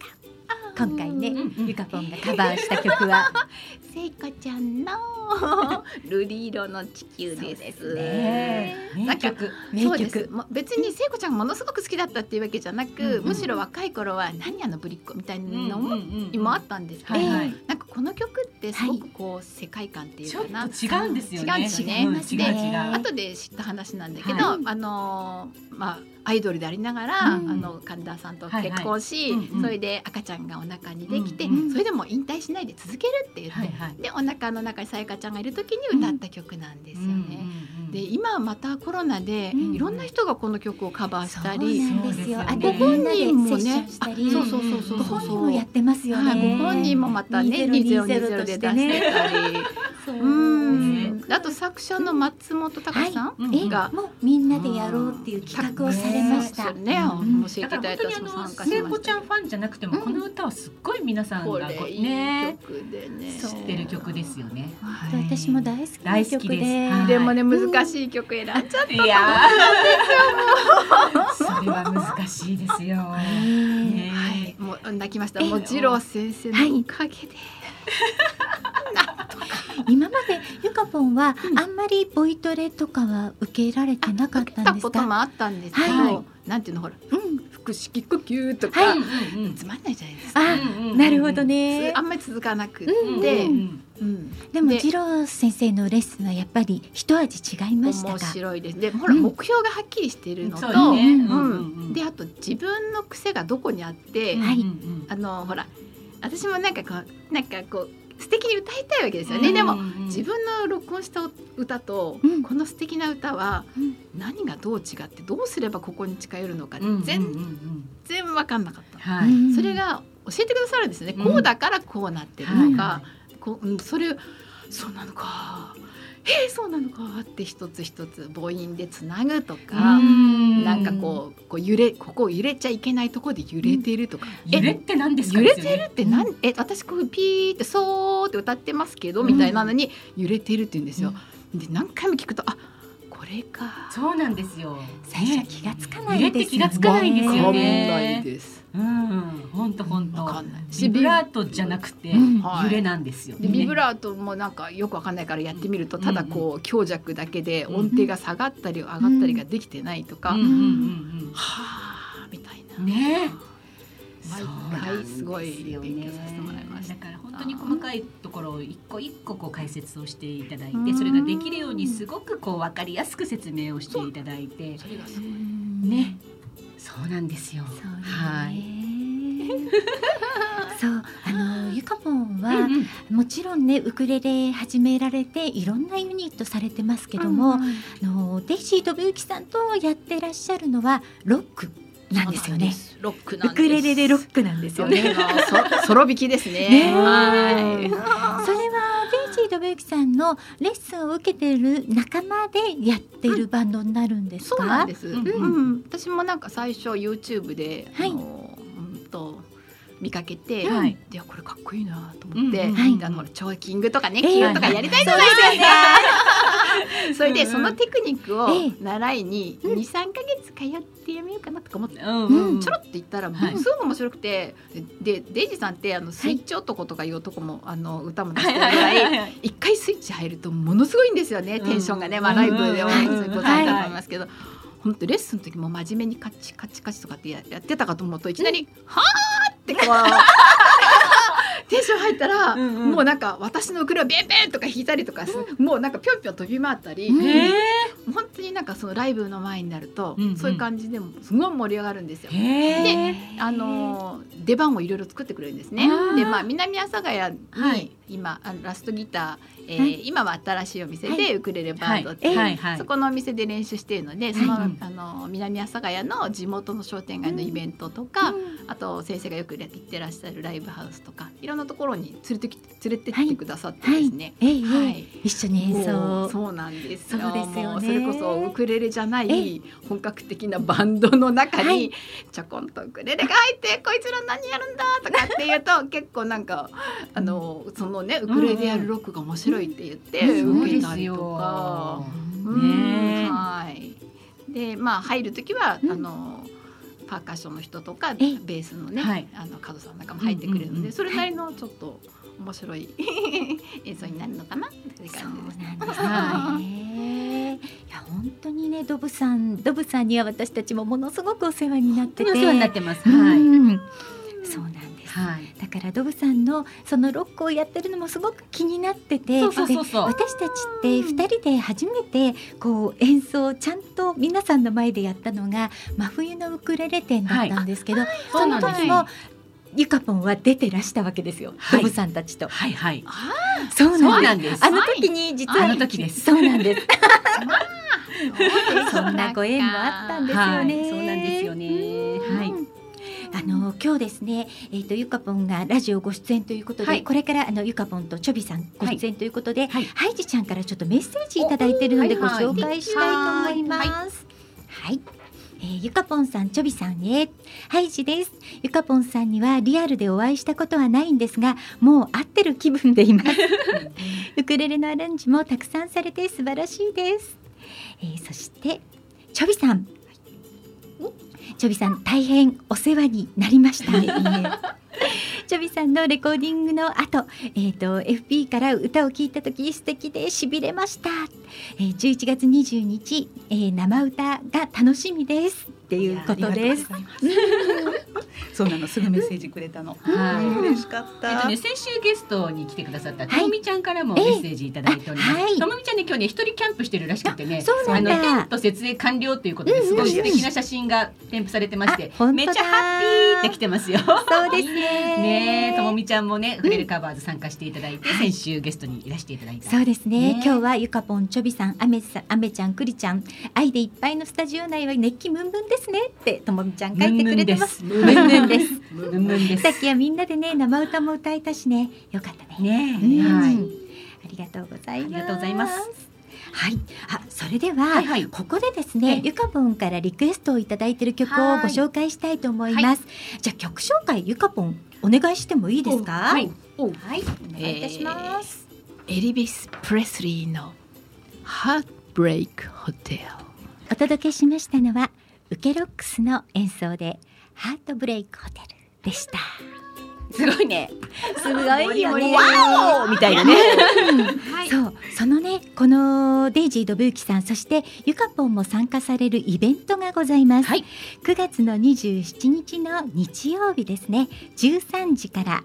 今回ね、うんゆかぽんがカバーした曲は聖子ちゃん の瑠璃色の地球です。そうですねえ、名曲。名そうです曲もう別に聖子ちゃんがものすごく好きだったっていうわけじゃなく、うんむしろ若い頃は何あのぶりっ子みたいうんなのもん今あったんですけど、はいはい。なんかこの曲ってすごくこう世界観っていうちょっかとな、違うんですよね。違うんですねん違う違う。後で知った話なんだけど、はあのーまあアイドルでありながら、うんあの神田さんと結婚し、はいはいうんうんそれで赤ちゃんがお腹にできて、うんうんそれでも引退しないで続けるって言って、はいはい。でお腹の中にさやかちゃんがいる時に歌った曲なんですうよね。んうんうんで今またコロナでうんいろんな人がこの曲をカバーしそうたなんり、ですよ。あそうとですよねみんなでセッショ本人もねンしたり、あそうそうそうそうご本人もやってますよはいね。ご本人もまたね2020 2020としで出てしてね。たり、そううんあと作者の松本隆さん、うんえ、がもうみんなでやろうっていう企画をされました。ね、ん教だえてかいたら本当だいたに私あもの参加し聖ま子しちゃんファンじゃなくても、この歌はすっごい皆さた。んこがこうれいいね曲でね。そう知ってる曲ですよね。はい私も大好きな大好曲きででですでもね難しい曲選んじゃった。いやー、 それは難しいですよ。ねはい、もう泣きました。えもう次郎先生のおかげで。今までゆかぽんはあんまりボイトレとかは受けられてなかったん受けでたこすとか。もあったんですけど、はなんていうのほらうん、腹式呼吸とか、はいつまんないじゃないですか。あ、なるほどねあ。んまり続かなくって、うんうんでもで次郎先生のレッスンはやっぱり一味違いました面か。白いです。で、ほら、うん目標がはっきりしているのと、そうねうんうんうんうんであと自分の癖がどこにあって、はいあのほら私もなんかこうなんかこう素敵に歌いたいわけですよね。でも自分の録音した歌と、うんこの素敵な歌は、うん何がどう違ってどうすればここに近寄るのか、全全然分かんなかった。はういんそれが教えてくださるんですね。うんこうだからこうなってるはいとか、こううんそれそうなのか。えー、そうなのかって一つ一つ母音でつなぐとか、なんかこうこう揺れここ揺れちゃいけないところで揺れているとか、揺れって何ですか揺れてるってなん、え私こうピーってそうって歌ってますけどみたいなのに揺れてるって言うんですよ。で何回も聞くとあこれか。そうなんですよ最初は気がつかな揺れいってです気よね。がつかないんですわかよんねないです。うん本当本わか当んない。ビブラートじゃなくてうんはい揺れなんですよでねビブラートもなんかよくわかんないからやってみるとうんただこう強弱だけでうん音程が下がったり上がったりができてないとか、うんうはんあみたいうんうなんね毎回すごい勉強させてもらいましただ。から本当に細かいところを一個一個こう解説をしていただいてそれができるようにすごくこう分かりやすく説明をしていただいてそれがすごいねそうなんですよそうよねはい。そうあのゆかぽんうはんうんもちろんねウクレレ始められていろんなユニットされてますけども、あのデイシー飛之さんとやってらっしゃるのはロックなんですよね。。ロックなウんです。クレレでロックなんですそよれね。がそソロ弾きですね。ねはそい。れはデイジー・ドブユキさんのレッスンを受けてる仲間でやってるバンドになるんですか。そうなんです。うんん、私もなんか最初 YouTube で、はいあのうんと見かけて、はいいやこれかっこいいなと思って、うんはいあのほらチョーキングとかね、ええキューとかやりたいじゃないですか。 それでそのテクニックをええ習いにうん二三ヶ月通ってやめようかなとか思って。ううんうんんちょろっと言ったらもはのいすごく面白くて、でデイジさんってあのスイッチ男とかいう男も、あの歌も出してるぐらいはい一回スイッチ入るとものすごいんですよね、うんテンションがね、まあ、ライブでもはいそういうことあったと思いますけど、本当レッスンの時も真面目にカチカチカチとかってややってたかと思うといきなり「はーってこうテンション入ったら、うんうんもうなんか私の車ビュンビュンとか弾いたりとかす、もうなんかぴょんぴょん飛び回ったり、うんへ本当になんかそのライブの前になると、うんうんそういう感じでもすごい盛り上がるんですよえ。へえであのー出番をいろいろ作ってくれるんですねあ。ーでまあ南阿佐ヶ谷はにい今、あのラストギター、えーはい今は新しいお店はでウクレレバンドって、はいはいはいそこのお店で練習しているのでその,、はいあのー南阿佐ヶ谷の地元の商店街のイベントとか、あと先生がよく行ってらっしゃるライブハウスとかいろんなところに連れてき連れてってくださってですね。ええええはい一緒に演も奏う。そうなんですよそうですよねもうそれこそウクレレじゃなえい本格的なバンドの中はいにちょこんとウクレレが入ってこいつら何やるんだとかって言うと結構なんかあのそのねウクレレでやるロックが面白いって言ってそう受けでたすりとよか。うんうんねはいでまあ入る時は、うんあのパーカッションの人とかベえースのね、はいあの角さんなんかも入ってくれるうので、んうんうんそれなりのちょっと面白い 演奏になるのかなっていうそう感じです。なんですね。いや本当にねドブさんドブさんには私たちもものすごくお世話になってて。お世話になってます。はい。うんそうなんです。はい。だからドブさんのそのロックをやってるのもすごく気になっててそうそうそうそうで私たちって2人で初めてこう演奏をちゃんと皆さんの前でやったのが真冬のウクレレ展だったんですけど、その時もはゆかぽんは出てらしたわけですよ、はいドブさんたちと。いはい。そうそなうんですなんですあ。の時に実はあの時ですそうなん です そそんなご縁もあったんですよね、はいそうなんですよねうんはいあの今日ですね、えっ、とゆかぽんがラジオご出演ということで、はいこれからあのゆかぽんとちょびさんご出演ということで、はいハイジちゃんからちょっとメッセージいただいてるのでおごはいはい紹介したいと思います。はい、えーゆかぽんさん、ちょびさんへ。ハイジです。ゆかぽんさんにはリアルでお会いしたことはないんですが、もう会ってる気分でい ます。ウクレレのアレンジもたくさんされて素晴らしいです。えーそして、ちょびさん。ちょびさん、大変お世話になりました。いいねチョビさんのレコーディングの後、えっ、と FP から歌を聞いた時素敵でしびれました。えー、11月20日、えー生歌が楽しみですっていうことです。そうなのすぐメッセージくれたの。はい嬉しかっ。えったとね、先週ゲストに来てくださったいともみちゃんからもメッセージいただいておりまえす。えあはいともみちゃんね今日ね一人キャンプしてるらしくてね、そうなんだあのテント設営完了ということで、すごい素敵な写真が添付されてましてあ、本め当だっちゃハッピーって来てますよ。そうですね。ねえ、ともみちゃんもね、フレルカバーズ参加していただいて、先週ゲストにいらしていただいた。そうですねね今日はゆかぽんちょびさんあめさんあめちゃんくりちゃん愛でいっぱいのスタジオ内は熱気ムンムンですねってともみちゃん書いてくれてますムンムンですムンムンですムンムンで すさっきはみんなでね生歌も歌えたしねよかったねねうんえ、はい。ありがとうございますありがとうございますはいあそれでは、いはいここでですねゆかぽんからリクエストをいただいている曲をご紹介したいと思います、じゃあ曲紹介ゆかぽんお願いしてもいいですかはい、はい、お願いいたします、エリビス・プレスリーの「ハートブレイク・ホテル」お届けしましたのはウケロックスの演奏でハートブレイクホテルでしたすごいね。 すごいよねわおみたいなね。はいそうそのねこのデイジー・ドブーキさんそしてゆかぽんも参加されるイベントがございます、はい9月の27日の日曜日ですね13時から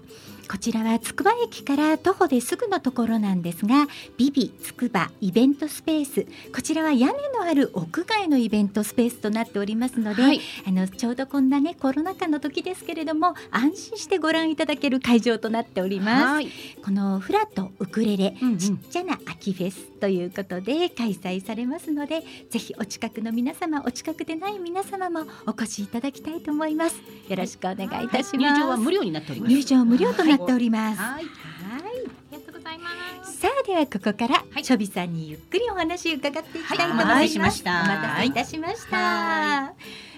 こちらはつくば駅から徒歩ですぐのところなんですがビビつくばイベントスペースこちらは屋根のある屋外のイベントスペースとなっておりますので、はいあのちょうどこんなねコロナ禍の時ですけれども安心してご覧いただける会場となっております。はいこのフラとウクレレ、うんうんちっちゃな秋フェスということで開催されますのでぜひお近くの皆様お近くでない皆様もお越しいただきたいと思いますよろしくお願いいたします、入場は無料になっております。入場無料となっております、はい。はいありがとうございますさあではここから、はいちょびさんにゆっくりお話伺っていきたいと思います、はいお待たせしましたお待たせいたしました、は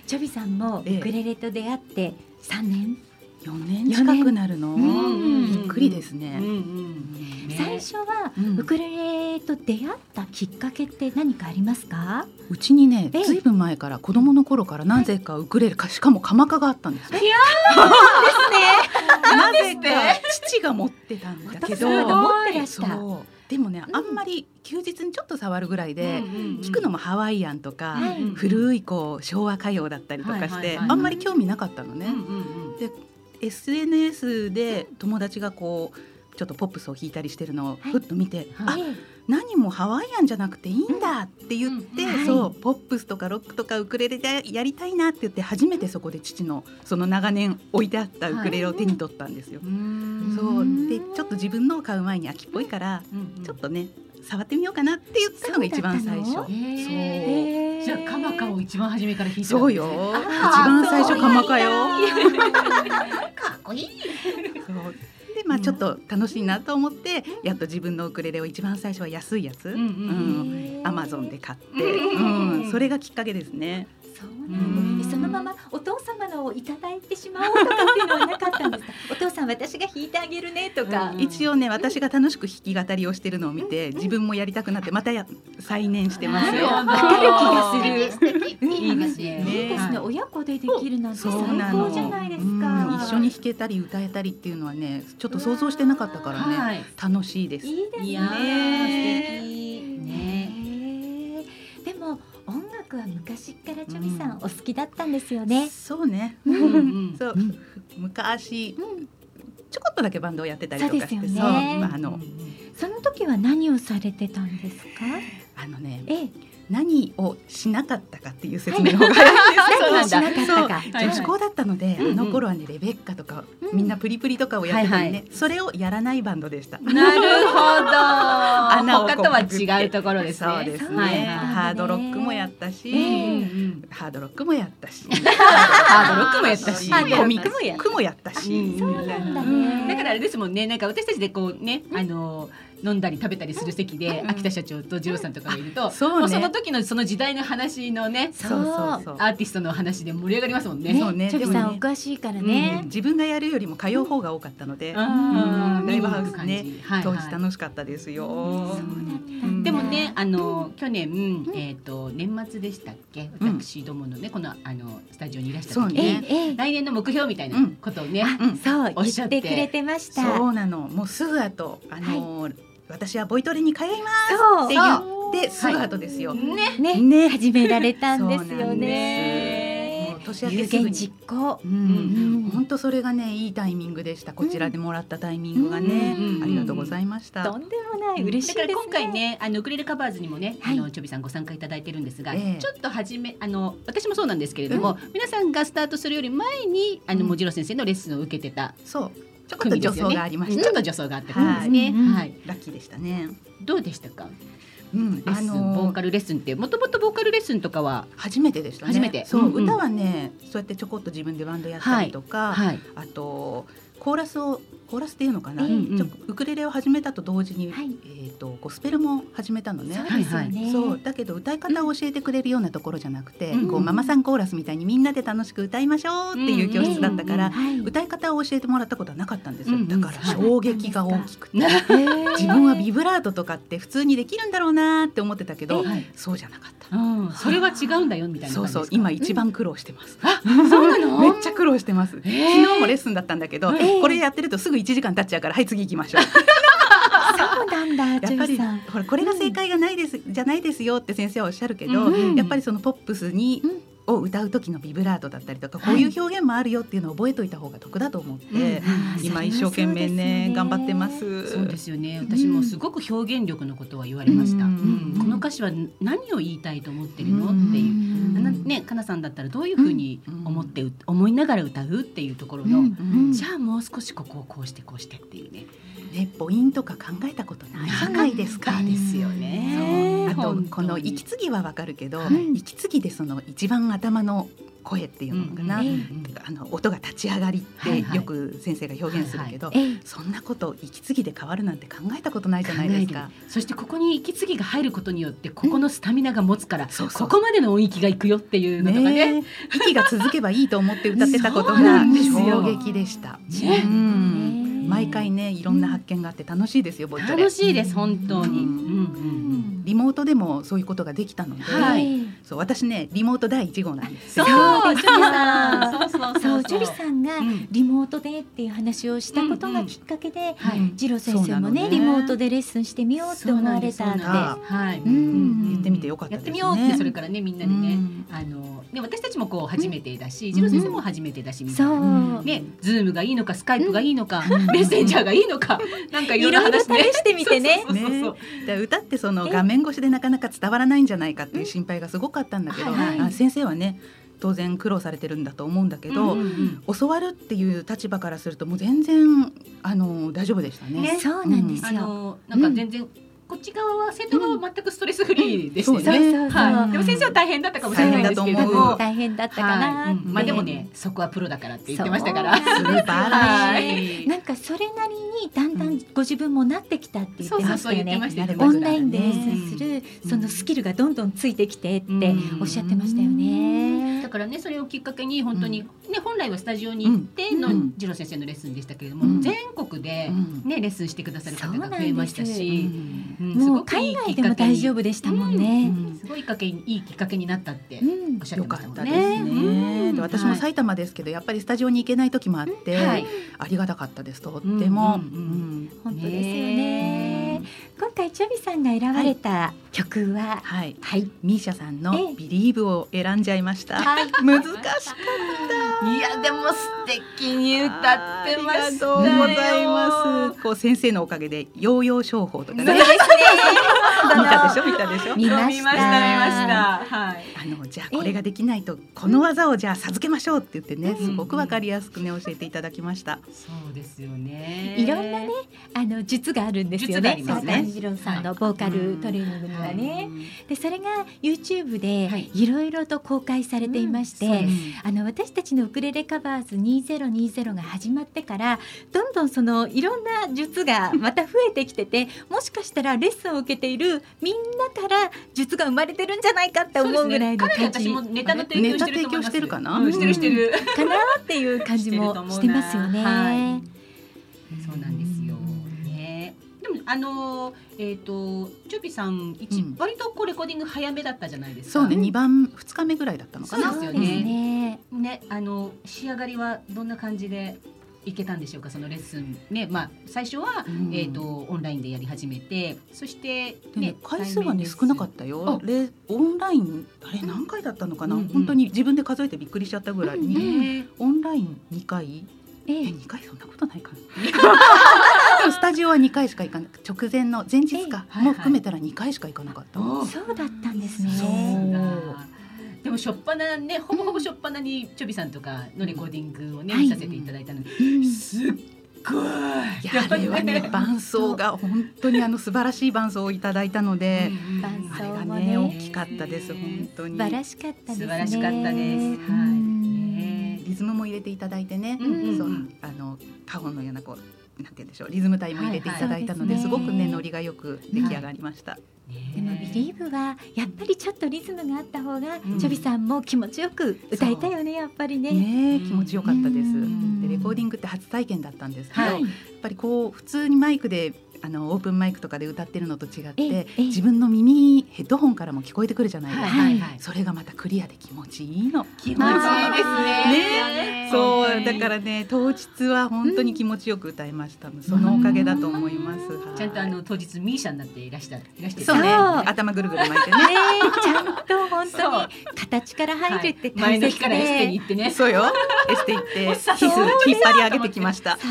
ちょびさんもウクレレと出会って3年、四年近くなるの。うんびっくりですうね。んね最初はうんウクレレと出会ったきっかけって何かありますか、うちにねええ、ずいぶん前から子供の頃からなぜかウクレレかしかも鎌かがあったんですよ。いや ーですね。なぜか父が持ってたんだけ私ど、も持ってらしたそう。でもね、あんまり休日にちょっと触るぐらいで、聞くのももハワイアンとか、はい古いこう昭和歌謡だったりとかして、はいはいはいあんまり興味なかったのね、SNS で友達がこうちょっとポップスを弾いたりしてるのをはいふっと見て、はいあ何もハワイアンじゃなくていいんだって言って、うんうんはいそうポップスとかロックとかウクレレでやりたいなって言って初めてそこで父のその長年置いてあったウクレレを手に取ったんですよ。そうでちょっと自分のを買う前に秋っぽいから、ちょっとね触ってみようかなって言ったのが一番最そ初。うだったのへーじゃあカマカを一番初めから弾いてたんそうですよ。ね一番最初鎌かよ。かっこいいそうでまあちょっと楽しいなと思って、やっと自分のウクレレを一番最初は安いやつ、うんうんアマゾンで買って、うんうんそれがきっかけですね。そうなんですねうんそのままお父様のをいただいてしまおうとかっていうのはなかったんですかお父さん私が弾いてあげるねとか、う一応ね私が楽しく弾き語りをしてるのを見て、自分もやりたくなってまたや再燃してますなるほよ。どわかる気がする素敵素敵いいですねいいですね、は親子でできるなんて最そうなの高じゃないですうんか一緒に弾けたり歌えたりっていうのはねちょっと想像してなかったからね、はい楽しいです。いいですいねやー素敵ねねでも音楽は昔からちょびさんお好きだったんですよね、そうね。うんうんそう、昔、ちょこっとだけバンドをやってたりとかして、そうでそう、すよねまああの、その時は何をされてたんですかあのね、ええ何をしなかったかっていう説明の方が早い何をしなかったか女子校だったので、うんうんあの頃はねレベッカとか、うんみんなプリプリとかをやってたのね、はいはそれをやらないバンドでした。なるほど穴をこ他うとは違うところですねそうですね、はいはいハードロックもやったし、うんえうんハードロックもやったし、 ハハードロックもやったしコミックもやったし、うんなんだだからあれですもんねなんか私たちでこうねあの飲んだり食べたりする席で、秋田社長と二郎さんとかがいると、そうねもその時のその時代の話のねそうそうアーティストの話で盛り上がりますもんね。ねそうねチョビでさんもおね詳しいからうんね。自分がやるよりも通う方が多かったので、あうーんライブハウスね見に行く感じはい当はい時楽しかったですよ。うんでもね、あの去年、えっ、と年末でしたっけ、うん私どものねこのあのスタジオにいらしたそう時、ねええねええ来年の目標みたいなうんことをね、あ、うんそうおっし言っゃっててくれてました。そうなのもうすぐ後あのー、私はボイトレに通いますそうって言ってすぐ後ですよ。ねねね始められたんですそうなよんね。ですもう年明有けすぐ言に実行。うん本当それがねいいタイミングでしたこちらでもらったタイミングがね、うんうんありがとうございました、とんでもない嬉しいだですからね。今回ねあのウクレレカバーズにもね、はいあのチョビさんご参加いただいてるんですが、ええちょっと初めあの私もそうなんですけれども、皆さんがスタートするより前にあのうんもじろ先生のレッスンを受けてたそうちょこっと組助ですよ走ねがありましちょた、っと助走があった感じですね、はいはいラッキーでしたね、どうでしたかうんレッスン、ボーカルレッスンってもともとボーカルレッスンとかは初めてでしたね初めてそう、うんうん歌はねそうやってちょこっと自分でバンドやったりとか、はいあとコーラスをコーラスっていうのかな、うんうんちょウクレレを始めたと同時に、はいえー、とゴスペルも始めたのね。そうですよね。そうだけど歌い方を教えてくれるようなところじゃなくて、うんこうママさんコーラスみたいにみんなで楽しく歌いましょうっていう教室だったから、はい。歌い方を教えてもらったことはなかったんですよ、うんうんだから衝撃が大きくて、自自分はビブラートとかって普通にできるんだろうなって思ってたけど、はいそうじゃなかった、うん、それは違うんだよみたいなそ感じでうすそかう今一番苦労してます、そうなのめっちゃ苦労してまーす、昨日もレッスンだったんだけど、これやってるとすぐ1時間経っちゃうからはい次行きましょうそうなんだ、やジっョぱビりさん。ほらこれが正解がないです、じゃないですよって先生はおっしゃるけど、うんうんやっぱりそのポップスに、うんを歌う時のビブラートだったりとかこはいういう表現もあるよっていうのを覚えといた方が得だと思って、今一生懸命ね頑張ってますそうですよね私もすごく表現力のことは言われました、うんうんこの歌詞は何を言いたいと思ってるの、うんっていううんなね、かなさんだったらどういうふうに思って、う思いながら歌うっていうところの、うんじゃあもう少しここをこうしてこうしてっていうね。ね母音とか考えたことないじゃないですか。ですよねあとこの息生継ぎはわかるけど、ん息継ぎでその一番頭の声っていうのかな、うんうんてかあの音が立ち上がりっはいてはいよく先生が表現するけど、ええそんなこと息継ぎで変わるなんて考えたことないじゃないですか。そしてここに息継ぎが入ることによってここのスタミナが持つから、そうそうここまでの音域がいくよっていうのとかねねえ息が続けばいいと思って歌ってたことそうながんですよ衝撃でした。ねうんね毎回ねいろんな発見があって楽しいですよ、ボイトレ楽。しいです本当に。ううんんうんリモートでもそういうことができたので、はいそう私ねリモート第一号なんですそよ。う、ジュビさん。そうそうそう、ジュビさんがんリモートでっていう話をしたことがきっかけで、はういんジロ先生もねそうなのねリモートでレッスンしてみようって思われたんでそうなんですはい、ん言ってみてよかったですねやってみようってそれからねみんなでうね、んあのね私たちもこう初めてだし、次郎先生も初めてだしみたそいな。う、ね、ズームがいいのかスカイプがいいのか、メッセンジャーがいいのか、なんかいろいいろろいろ話試ね。してみてねそうそうそうそうで歌ってその画面越しでなかなか伝わらないんじゃないかっていう心配がすごかったんだけど、うんはいはいあ先生はね当然苦労されてるんだと思うんだけど、うんうんうん教わるっていう立場からするともう全然あの大丈夫でしたね。そうなんですあよ、のなんか全然、こっち側は生徒側は全くストレスフリーでしたよそうね。ねそうそうそうはい、でも先生は大変だったかもしれないですけれど大変だと思もう。大変だったかはなっいて、まあでもねそこはプロだからって言ってましたからそう素晴らしい。なんかそれなりにだんだんご自分もなってきたって言ってましたよねそうそうそう言ってましたオよンラインでレねッスンするそのスキルがどんどんついてきてってうんおっしゃってましたよだね。からねそれをきっかけに本当に、ね本来はスタジオに行ってのうん次郎先生のレッスンでしたけれども、うん全国でうんねレッスンしてくださる方そうながんで増すえましたし、うんすもごうくい海い外きでっかもけに大丈夫でしたもんね。うんすごいきっかけにいいきっかけになったってうんおっしゃっよてましかたっもんたね。ですねうんで私も埼玉ですけどやっぱりスタジオに行けない時もあって、はいありがたかったですとっても、うんうんうん本当ですよね。今回チョビさんが選ばれた曲は、はいはい、ミーシャさんええの「ビリーブを選んじゃいました、難しかったいやでも素敵に歌ってましたよ。ありがとうございますこう先生のおかげでヨーヨー商法とかねそう見ですねたでしょ見たでしょ見ました見ました見ましたはい。あのじゃあこれができないとこの技をじゃあ授けましょうって言ってねうんすごくわかりやすくね教えていただきましたそうですよね。いろんなねああの術があるんですよ術があねり。ますね坂次郎さんのボーカルトレーニングにはね。でそれが YouTube はでいいろいろと公開されていまして、あの私たちのウクレレカバーズ2020が始まってからどんどんそのいろんな術がまた増えてきて てもしかしたらレッスンを受けているみんなから術が生まれてるんじゃないかって思うぐらいのそうで感すねかなりじ私もネタの提供してると思いますネタ提供してるかなうんしてるしてる、かなっていう感じもしてますよね。はそうなんですよ。ね。でもあのーえっ、とチュピさん一、うん割とこうレコーディング早めだったじゃないですか。そうね、二番二日目ぐらいだったのかな。そうですよそうねですねねあの仕上がりはどんな感じでいけたんでしょうかそのレッスンねまあ最初は、うんえっ、とオンラインでやり始めてそしてでね、回数はね少なかったよ。レオンラインあれ何回だったのかな、うんうん本当に自分で数えてびっくりしちゃったぐらいに、ね。オンライン二回えええ2回そんなことないかなでもスタジオは2回しか行かなく直前の前日かええも含めたら2回しか行かなかった、おそうだったんですそうね。でもしょっぱなねほぼほぼしょっぱなにチョビさんとかのレコーディングをね、はいさせていただいたので、うんすっごいいやあれはね伴奏が本当にあの素晴らしい伴奏をいただいたので、伴あ奏れがもねね大きかったです本当素に晴らしかったですね。素晴らしかったでうす。はい。んねリズムも入れていただいてね、うんうんうんそうあのカホンのようなこうなんて言うんでしょうリズム体も入れていただいたので、はいはいすごくそうですねねノリがよく出来上がりました、でもビリーブはやっぱりちょっとリズムがあった方がチョビさんも気持ちよく歌えたよねやっぱりね。ねえ気持ちよかったです、うんでレコーディングって初体験だったんですけど、はいやっぱりこう普通にマイクであのオープンマイクとかで歌ってるのと違っえええてえ自分の耳にヘッドホンからも聞こえてくるじゃないですか、はいそれがまたクリアで気持ちいいの気持ちいいねそうだからね当日は本当に気持ちよく歌いました、そのおかげだと思います、はいちゃんとあの当日ミーシャになっていらしたいらしてたそうねそう頭ぐるぐる巻いてねねえちゃんと本当に形からは入いるって大前の日切からエステでに行ってね。そうよエステ行ってお引っっさん引っ張り上げてきましたで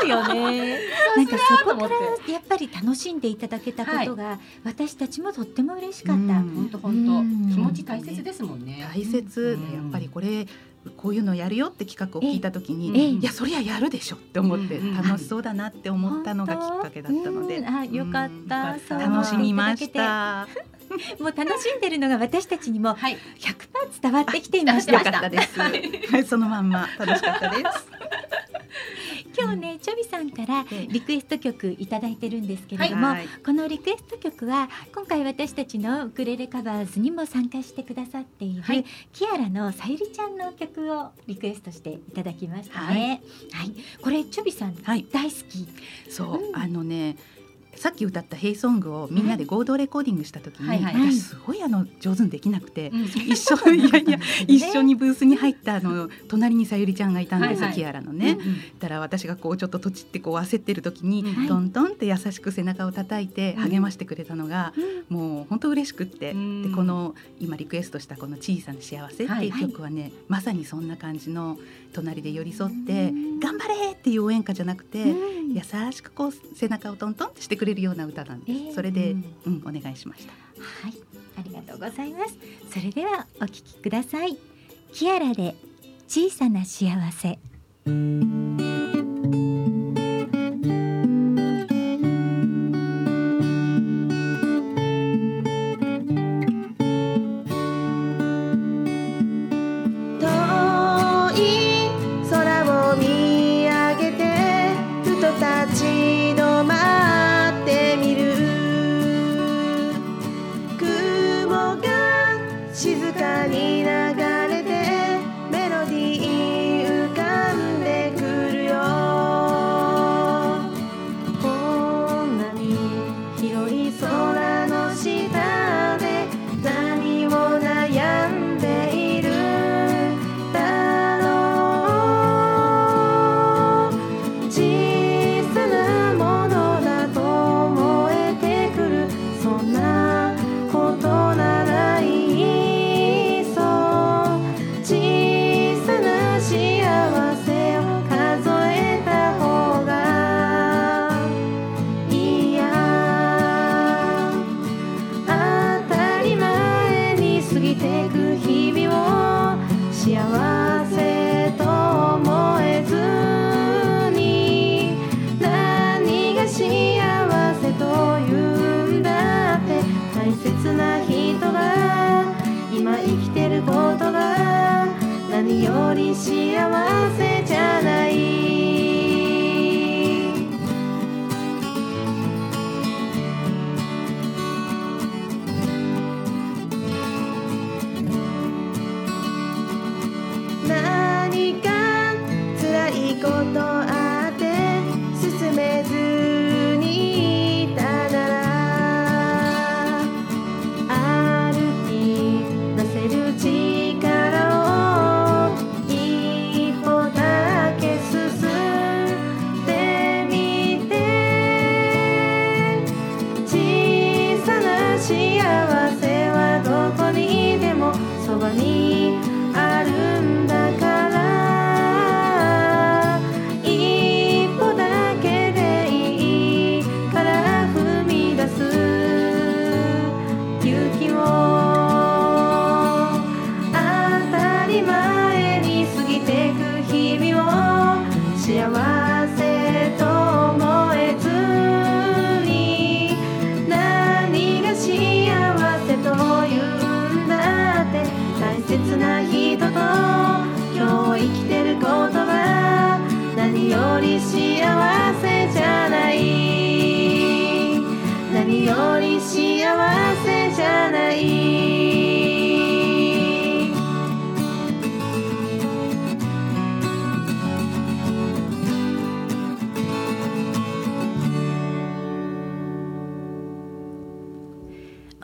すよね。なんかそこからやっぱり楽しんでいただけたことが私たちもとっても嬉しかった。うん 本当う本ん当気持ち大切ですもんね。大切、うんやっぱりこれこういうのやるよって企画を聞いた時に、ええいやそりゃやるでしょって思ってうん楽しそうだなって思ったのがきっかけだったので、うんあよかっうたん。そう思っていただけて楽しみましたもう楽しんでるのが私たちにもはい。 100%伝わってきていましたよよかかっったたです、はい、そのまんま楽しかったです今日ねチョビさんからリクエスト曲いただいてるんですけれども、はいこのリクエスト曲は今回私たちのウクレレカバーズにも参加してくださっている、はいキアラのさゆりちゃんの曲をリクエストしていただきましたね。はい、これチョビさん、はい大好き。そう、うんあのねさっき歌った「ヘイソングをみんなで合同レコーディングした時に、はいはい私すごいあの上手にできなくて、うん一緒い やいや一緒にブースに入ったあの隣にさゆりちゃんがいたんですよ、はいはいキアラのね。うんたら私がこうちょっととちってこう焦ってる時に、うんトントンって優しく背中を叩いて励ましてくれたのが、もう本当嬉しくって、うんでこの今リクエストしたこの「小さな幸せ」っていう曲はね、まさにそんな感じの隣で寄り添って「頑張れ!」っていう応援歌じゃなくて、うん優しくこう背中をトントンってしてくれるような歌なんです、ええそれで、うん、お願いしました。はい、ありがとうございます。それではお聞きください。キアラで小さな幸せ。遠い空を見上げてふと立ち止まってみる雲が静かに流れてメロディー浮かんでくるよばにあるんだから」「一歩だけでいいから踏み出す勇気を」当たり前に過ぎてく日々を幸せと思えずに何が幸せというんだって大切な人と今日生きてることは何より幸せじゃない何より幸せじゃない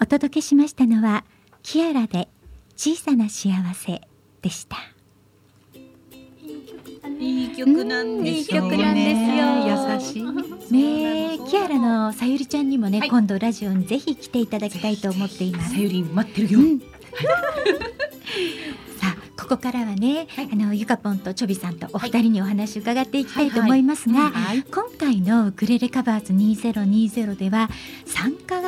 お届けしましたのはキアラで小さな幸せでしたいい曲なんですよ、ね。優しい。ねえキアラのさゆりちゃんにもね、はい今度ラジオにぜひ来ていただきたいと思っていますさゆりん待ってるよ。 さあここからはね、あのゆかぽんとちょびさんとお二人にお話伺っていきたいと思いますが、今回の「ウクレレカバーズ2020」では参加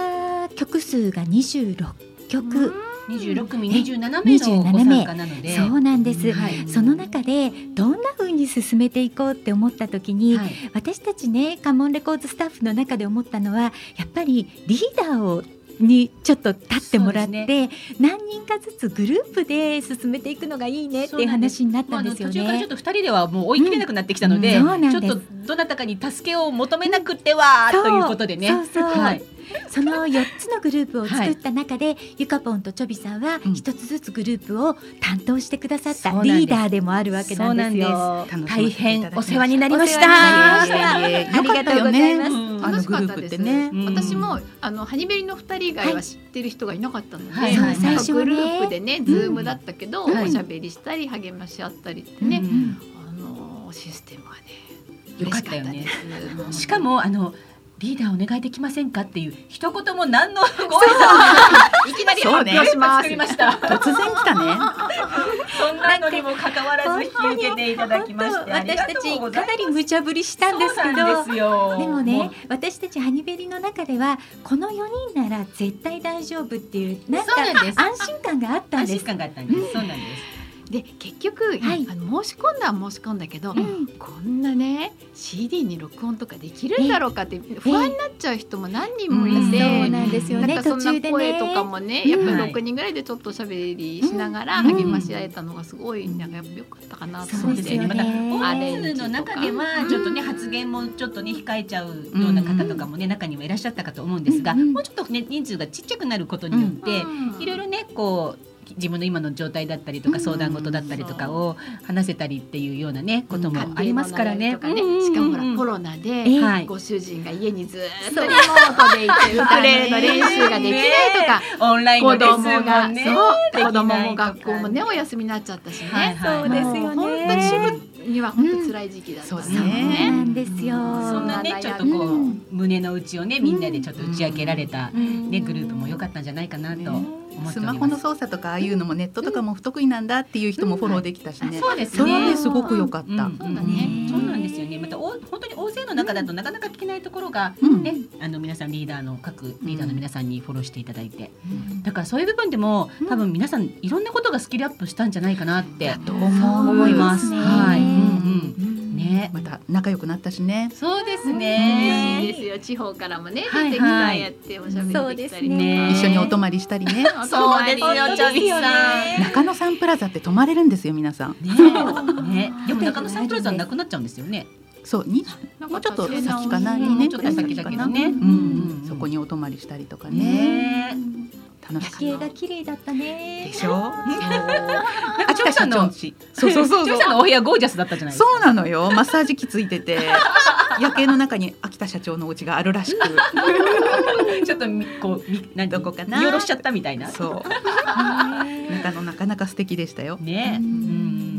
曲数が26曲、二十六組ね二十七名のご参加なので、そうなんです、はいその中でどんな風に進めていこうって思った時に、はい私たちねカモンレコーズスタッフの中で思ったのはやっぱりリーダーをにちょっと立ってもらって、そう何人かずつグループで進めていくのがいいねっていう話になっまあたあんでのすよ途中からちねょっ。と二人ではもう追い切れなくなってきたので、うんそうなんですちょっとどなたかに助けを求めなくては、そうということでね。そうそうはい、その4つのグループを作った中で、ゆかぽんとちょびさんはうん一つずつグループを担当してくださったそうなんですリーダーでもあるわけなんですよ。大変お世話ににななりりままししたた。ありがとうございます。うんあ楽のしグかルったープでってすねね。うん私もあのハニベリの二人以外は知ってる人がいなかったので、はいそう最なん初かはグねループでね、ズームだったけど、うんはいおしゃべりしたり励まし合ったりってうね、んあのシステムはね、よかったよね嬉しかったです。しかもあのリーダーお願いできませんかっていう一言も何のご挨拶もいきなり発そうね表しま作す。りました。突然来たね。そんなのにもかかわらず引き受けていただきましてあり私がたとうちごかざいなり無茶ぶりしまたんですけどそうなんですよでもね私たちハニベリの中ではこの4人なら絶対大丈夫っていうなんかそうなんです安心感があったん安で心す。感があったんです。そうなんです。で結局、はいあの申し込んだは申し込んだけど、うんこんなね CD に録音とかできるんだろうかって不安になっちゃう人も何人もいうんて、そうなんですよなんねかそ途んな中で声ねとかもね、うんやっぱり六人ぐらいでちょっとおしゃべりしながらうん励まし合えたのがすごいなんかやっぱ良かったかなとそ思うっですて、よまたね。あ大人数の中ではちょっとねうん発言もちょっとね控えちゃうような方とかもね中にはいらっしゃったかと思うんですが、うんうんもうちょっとね人数がちっちゃくなることによって、いろいろろねこう自分の今の状態だったりとかうん相談事だったりとかを話せたりっていうようなねこともありますからね。しかもほらうんうんうんコロナで、ええはいご主人が家にずっとリモー トでいてウクレレの練習ができないとか、オンライン子のレッス供ンもが、ねでそうきないとか子供も学校もねお休みになっちゃったしね、はいはいそうですよねもう本当に主婦には本当辛い時期だったそうね,、だそうなねんですよ。そんなねちょっとこう、うん胸の内をねみんなでちょっと打ち明けられた、ねグループも良かったんじゃないかなと思っております。スマホの操作とかああいうのもネットとかも不得意なんだっていう人もフォローできたしね。そうですそれはねね。すごく良かっうんた。そうだねね。そうなんですよね。またお本当に大勢の中だとなかなか聞けないところが、うんね、あの皆さんリーダーの各リーダーの皆さんにフォローしていただいて、だからそういう部分でも多分皆さんいろんなことがスキルアップしたんじゃないかなって思う思います。そうですねはい。うんうん。ね。また仲良くなったしね。そうですねいいねで。すよ地方からもね出てはいきはたいやっておしゃべりできたりとそうですか、ね一緒にお泊まりしたりね。お泊そうまでりすよ、チョビさん。ね。中野サンプラザって泊まれるんですよ皆さん。ね。でも中野サンプラザはなくなっちゃうんですよね。そうにもうちょっと先かなうん二年ちょくっらとい先先だかけどな。ね。うんうんそこにお泊まりしたりとかね。ね。楽し夜景かっがた。綺麗だったねで。しょ。もう秋田社長のそうそうそう視そ聴う者。のお部屋ゴージャスだったじゃないですか。そうなのよ。マッサージ機ついてて、 夜景の中に秋田社長のお家があるらし く。ちょっとみこうみなんどこかな見下ろしちゃったみたいな。そう。中野なかなか素敵でしたよ。ね。ううんんうんうん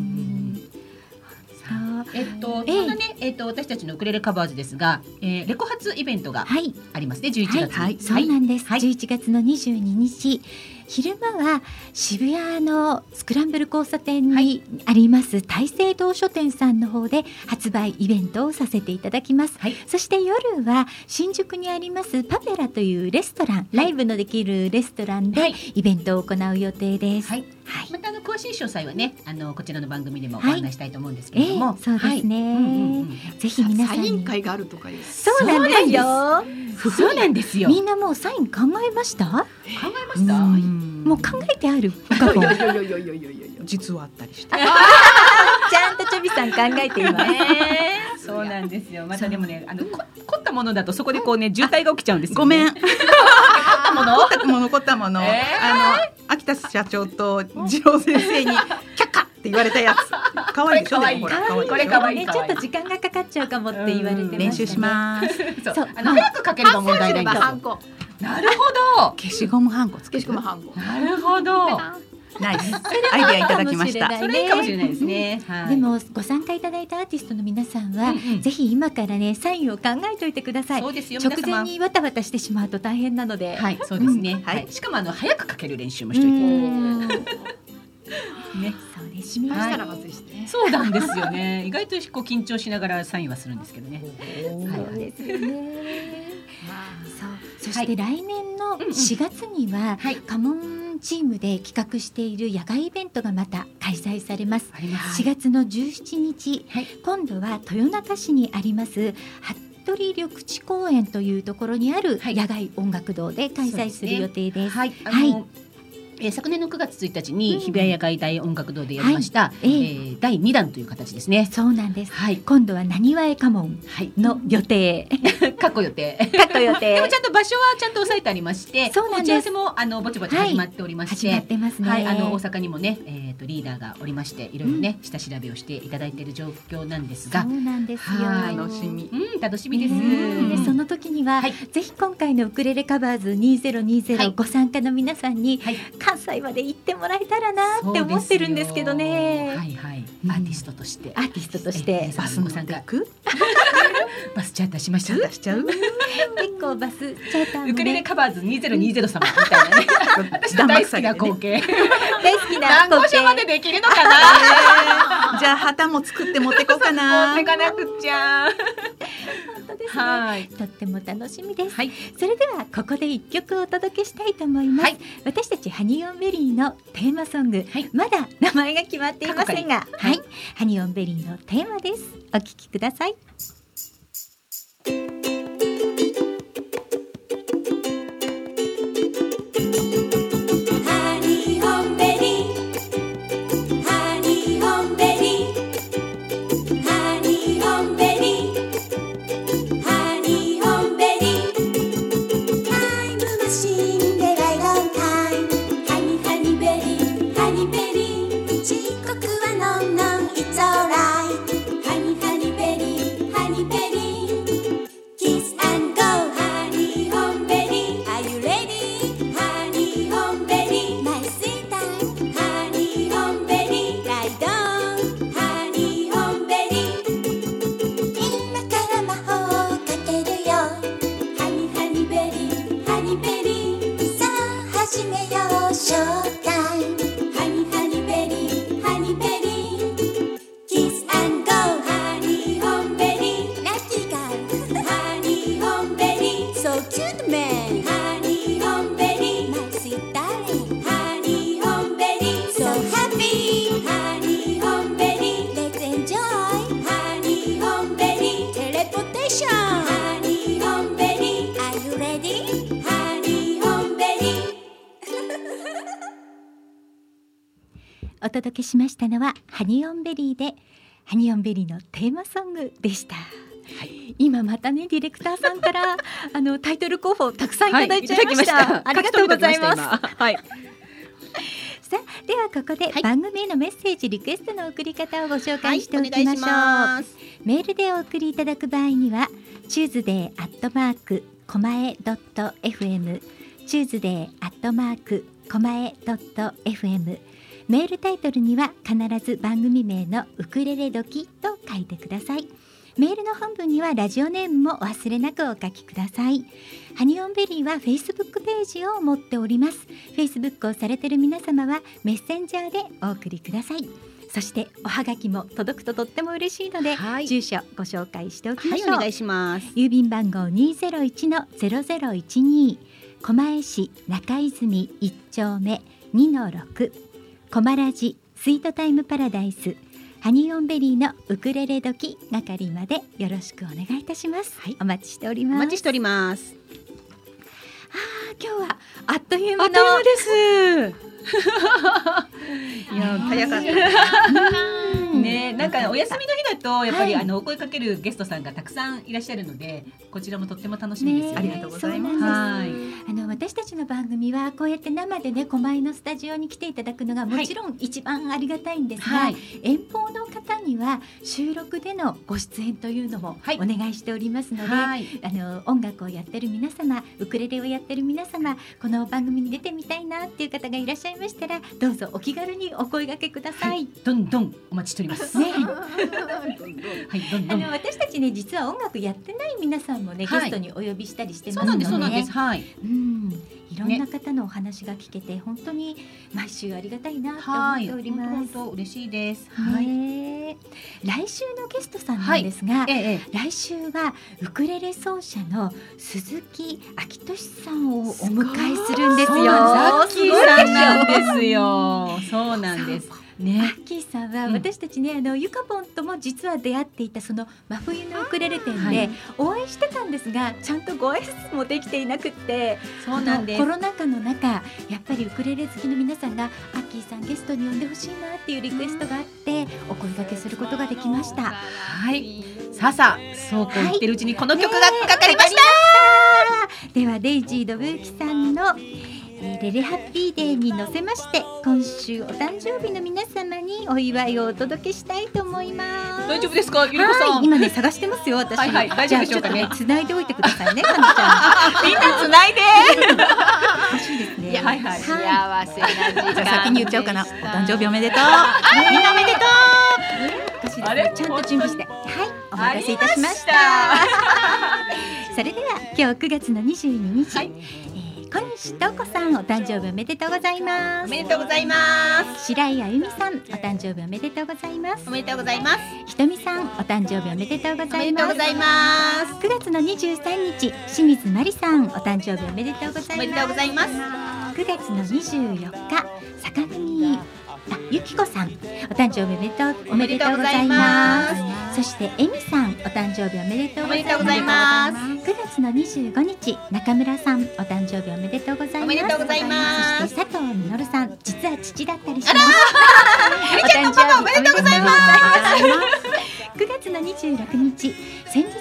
そうえっと、ええそんなね、えっと、私たちのウクレレカバーズですが、えー、レコ発イベントがはい。ありますね、11月に。はい、そうなんです。はい11月の22日、昼間は渋谷のスクランブル交差点にあります大聖堂書店さんの方で発売イベントをさせていただきます、はいそして夜は新宿にありますパペラというレストラン、ライブのできるレストランではいイベントを行う予定です。はいはいまたあの詳しい詳細はねあのこちらの番組でもご案内したいと思うんですけえれどえも、そうですね、はいうんうんうんぜひ皆さんサにイン会があるとかです。そうなんですよそうなんですよ。みんなもうサイン考えました考えました。もう考えてある過去いやいやいやいやいやいやいや。実はあったりしてちゃんとチョビさん考えていますねそうなんですよ。またでもね、あのこ凝ったものだとそこでこうね渋滞が起きちゃうんですよ、ね。ごめん。。凝ったもの凝ったもの、凝ったもの。えあの、秋田社長と次郎先生に、却下って言われたやつ。可愛いでしょ。これ可愛いでもほら可愛いこれ可愛いねちょっと時間がかかっちゃうかもって言われてました、ね、練習します。そう。そうあの早くかければ問題ないんですハよン。コ。なるほ消しゴムハンコつけけしてくもハンコ。ど。なるほど。ナイス。アイディアいただきました。それいいかもしれないですね。はい。でもご参加いただいたアーティストの皆さんは、うんうんぜひ今からねサインを考えておいてくださいそうですよ皆直前様にわたわたしてしまうと大変なので、はい、そうですね。ははいい。しかもあの早くかける練習もうしといて。ーんね。そうですね、そはしいたらまずいしてね。そうなんですよね。 意外とこう緊張しながらサインはするんですけどね。そうはい。ですよねそうそしはてい来年のうんうん4月には、はいカモンチームで企画している野外イベントがまた開催されますあります。 4月の17日、はい今度は豊中市にあります服部緑地公園というところにあるはい野外音楽堂で開催する予定です。はい、あの、はいえー昨年の9月1日うんに日比谷野外大音楽堂でやりました、いえええー第2弾という形ですね。そうなんです。はい、今度はなにわえカモンはい、の予定、 過去予 定。過去予定でもちゃんと場所はちゃんと押さえてありまして、そうなんです打ち合わせもあのぼちぼち始まっておりまして、 始まってますね。はい、あの大阪にもね、えー、とリーダーがおりまして、いろいろね、下調べをしていただいている状況なんですそが、うなんですよ。はい楽しみ。うん、楽しみです。ねえうんその時には、はいぜひ今回のウクレレカバーズは2020いご参加の皆さんに、はい関西まで行ってもらえたらなって思ってるんですけどね。そうですよはいはい、うんアーティストとして、アーティストとしえてーバス乗っていく。 バスチャーターしましちたゃ。出しちゃう。結構バスチャーターも、ね、ウクレレカバーズ2020様みたい なね。私の大好きな光景。大好きな光何号景車までできるのかな。じゃあ旗も作って持ってこうか持っなて。かなくっちゃ。本当ですねはい。とっても楽しみです、はいそれではここで一曲お届けしたいと思います、はい私たちハニーオンベリーのテーマソング、はいまだ名前が決まっていませんがはい、ハニーオンベリーのテーマですお聞きくださいハニーホンベリーハニーホンベリーハニーホンベリーハニーホンベリータイムマシンでライドンタイムハニーハニーベリーハニーベリー時刻はノンノンイッツオーライハニーハニーベリーハニーベリー Kiss and go, honey, home, baby. Are you ready? Honey, home, baby. My sweet time. Honey, home, baby. Ride on. Honey, home, baby. 今から魔法をかけるよ。Honey, honey, baby. Honey, baby. さあ始めよう、ショータイム。Honey, honey, baby. Honey, baby. Kiss and go, honey, home, baby. Lucky girl, honey, home, baby. So cute, man. Honey, home, baby. My sweet darling. Honey, home, baby. So happy. Honey, home, baby. Let's enjoy. Honey, home, baby. Teleportation. Honey, home, baby. Are you ready? Honey, home, baby. お届けしましたのはハニーオンベリーでハニーオンベリーのテーマソングでした、今またねディレクターさんからあのタイトル候補たくさんいただいちゃいました,、ありがとうございますはい。さあではここで番組へのメッセージ、リクエストの送り方をご紹介しておきましょう、す。メールでお送りいただく場合には Tuesday アットマークコマエドット FM Tuesday アットマークコマエドット FM メールタイトルには必ず番組名のウクレレ時と書いてくださいメールの本文にはラジオネームもお忘れなくお書きくださいハニオンベリーは Facebook ページを持っております Facebook をされてる皆様はメッセンジャーでお送りくださいそしておはがきも届くととっても嬉しいので、はい住所ご紹介しておきまはしいょう、お願いします郵便番号二ゼロ一のゼロゼロ一二。狛江市中泉一丁目二の六。狛良寺スイートタイムパラダイス。ハニーオンベリーのウクレレ時係までよろしくお願いいたします。お待ちしておりおます。待ちしておりますあ今日はあっという間のです いや早かった。ねなんかお休みの日だとやっぱり、はいあのお声かけるゲストさんがたくさんいらっしゃるのでこちらもとっても楽しみですよありねがとうございますそうなんではいあの私たちの番組はこうやって生でね狛江のスタジオに来ていただくのがもちろん一番ありがたいんですが、はい遠方の方には収録でのご出演というのもはいお願いしておりますので、はいあの音楽をやってる皆様ウクレレをやってる皆様この番組に出てみたいなっていう方がいらっしゃいましたらどうぞお気軽にお声掛けください。どんどんお待ちしておりますね はいどんあどんの私たちね実は音楽やってない皆さんもね、はいゲストにお呼びしたりしてそまうすなのんでですそうなんですはいうん、いろんな方のお話が聞けて、本当に毎週ありがたいなと思はっいており本ま当嬉しいですす。ねえ来週のゲストさんなんですが、ええ来週はウクレレ奏者の鈴木昭俊さんをお迎えするんですよ。そうなんですごいでしすょんですよ。そうなんです。アね。ッキーさんはうん私たちね、あのゆかぽんとも実は出会っていたその真冬のウクレレ店はでいお会いしてたんですがちゃんとご挨拶もできていなくってそうなんですあのコロナ禍の中やっぱりウクレレ好きの皆さんがアッキーさんゲストに呼んでほしいなっていうリクエストがあってお声掛けすることができました。はい。さあさあ、そうこう言ってるうちにこの曲がかかりましねえではデイジー・ドブーキさんの、えーレレハッピーデーに乗せまして今週お誕生日の皆様にお祝いをお届けしたいと思いますた。大丈夫ですか、ゆりこさはん。い今ね探してますよ私。はいはい大丈夫でしょうかねじゃあちょっと繋いでおいてくださいね。神ちゃ みんなつないで。ん。 欲しいですね。はいはいは幸せな時間でしたじゃあ先に言っちゃおうかな。お誕生日おめでとう。みんなおめでとう。欲しいですあねれちゃんと準備して。はい。お待たせいたしました。それでは今日9月の22日、えー小西東子さんお誕生日おめでとうございまおす。めでとうございます。白井あゆみさんお誕生日おめでとうございますお。めでとうございます。ひとみさんお誕生日おめでとうごおざめいでとまうすご。ざいます。 9月の23日清水まりさんお誕生日おめでとうございますおめでとうございます。 9月の24日坂上あゆきこさんお誕生日おめでとうおめでとうございますおめでとうござそいしてえみさんお誕生日おめでとうございますおめでとうございます9月の25日中村さんお誕生日おめでとうございますおめでとうございますそして佐藤実さん実は父だったりしますお誕生日おめでとうございます9月の26日先日ね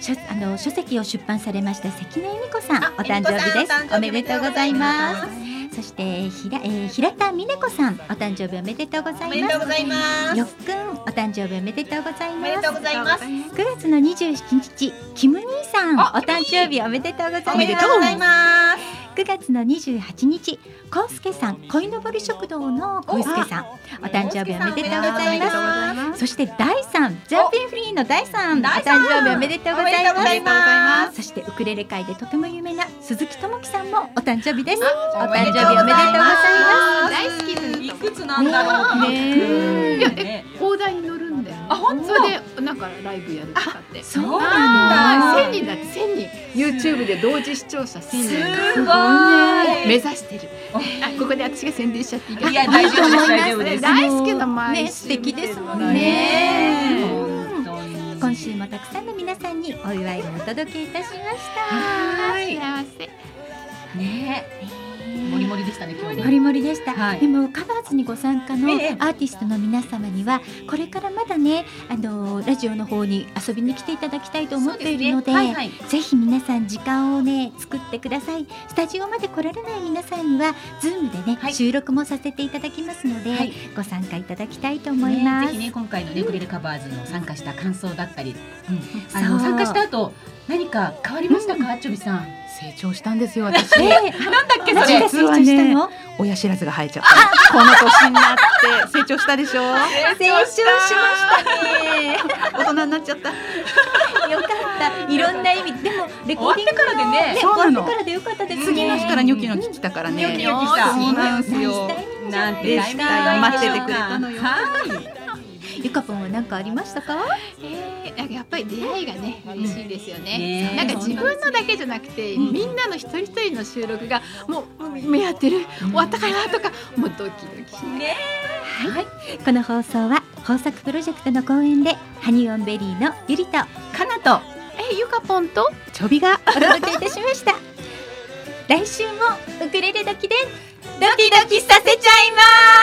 書あの書籍を出版されました関根恵美子さんお誕生日です恵美子さんお誕生日おめでとうございますそしてひら、えー、平田美奈子さんお誕生日おめでとうござおめいでまとうすございます。よっくんお誕生日おめでとうございおまめですとうございます。 9月の27日キム兄さんおあ誕生日おめでとうございますおめでとうございます。 9月の28日コウスケさん鯉のぼり食堂のコウスケさんお誕生日おめでとうございますまそして第三ジャンピンフリーの第三お誕生日おめでとうございおめでとうございまますそしてウクレレ界でとても有名な鈴木智樹さんもお誕生日ですお誕生でとうござい日ますおめでとうございます大好きですいくつなんだろう。ね広大に乗るんだよあ本当それでなんかライブやるとかってそうな千人だって千人 YouTube で同時視聴者千人すごい目指してるあここで私が宣伝しちゃっていいかないや大丈夫です大丈夫です。大好きな毎週ね素敵ですもんねねえうん本当に今週もたくさんの皆さんにお祝いをお届けいたしました幸せねえもりもりでしたね今日もねりもりでした、はいでもカバーズにご参加のアええーティストの皆様にはこれからまだねあのラジオの方に遊びに来ていただきたいと思っているのでそうすねはいはいぜひ皆さん時間をね作ってくださいスタジオまで来られない皆さんにはズームでね、はい収録もさせていただきますので、はいご参加いただきたいと思います、ねぜひね今回のねグレルカバーズの参加した感想だったり、うんあそうの参加した後何か変わりましたか、あっちょびさん。成長したんですよ私なんだっけそマジでれ。成長したの親知らずが生えちゃったこの年になって成長したでしょ成長しま大人になっちゃったしたよかったいろんな意味でもレコーディング終わってからでねね終そうわなっのてからでよかったです次の日からニョキのニョキ来たからねニョキニョキしたそうなんですよなんでて大したよ体待っててくれたのよはい。ゆかぽんは何かありましたかえーなんかやっぱり出会いがね嬉しいですよね,、ねえなんか自分のだけじゃなくて、うんみんなの一人一人の収録がもうもう目合ってる終わったかなとかもうドキドキしながらこの放送は豊作プロジェクトの公演でハニオンベリーのゆりとかなとえゆかぽんとちょびがお届けいたしました 来週もウクレレだきでドキドキさせちゃいます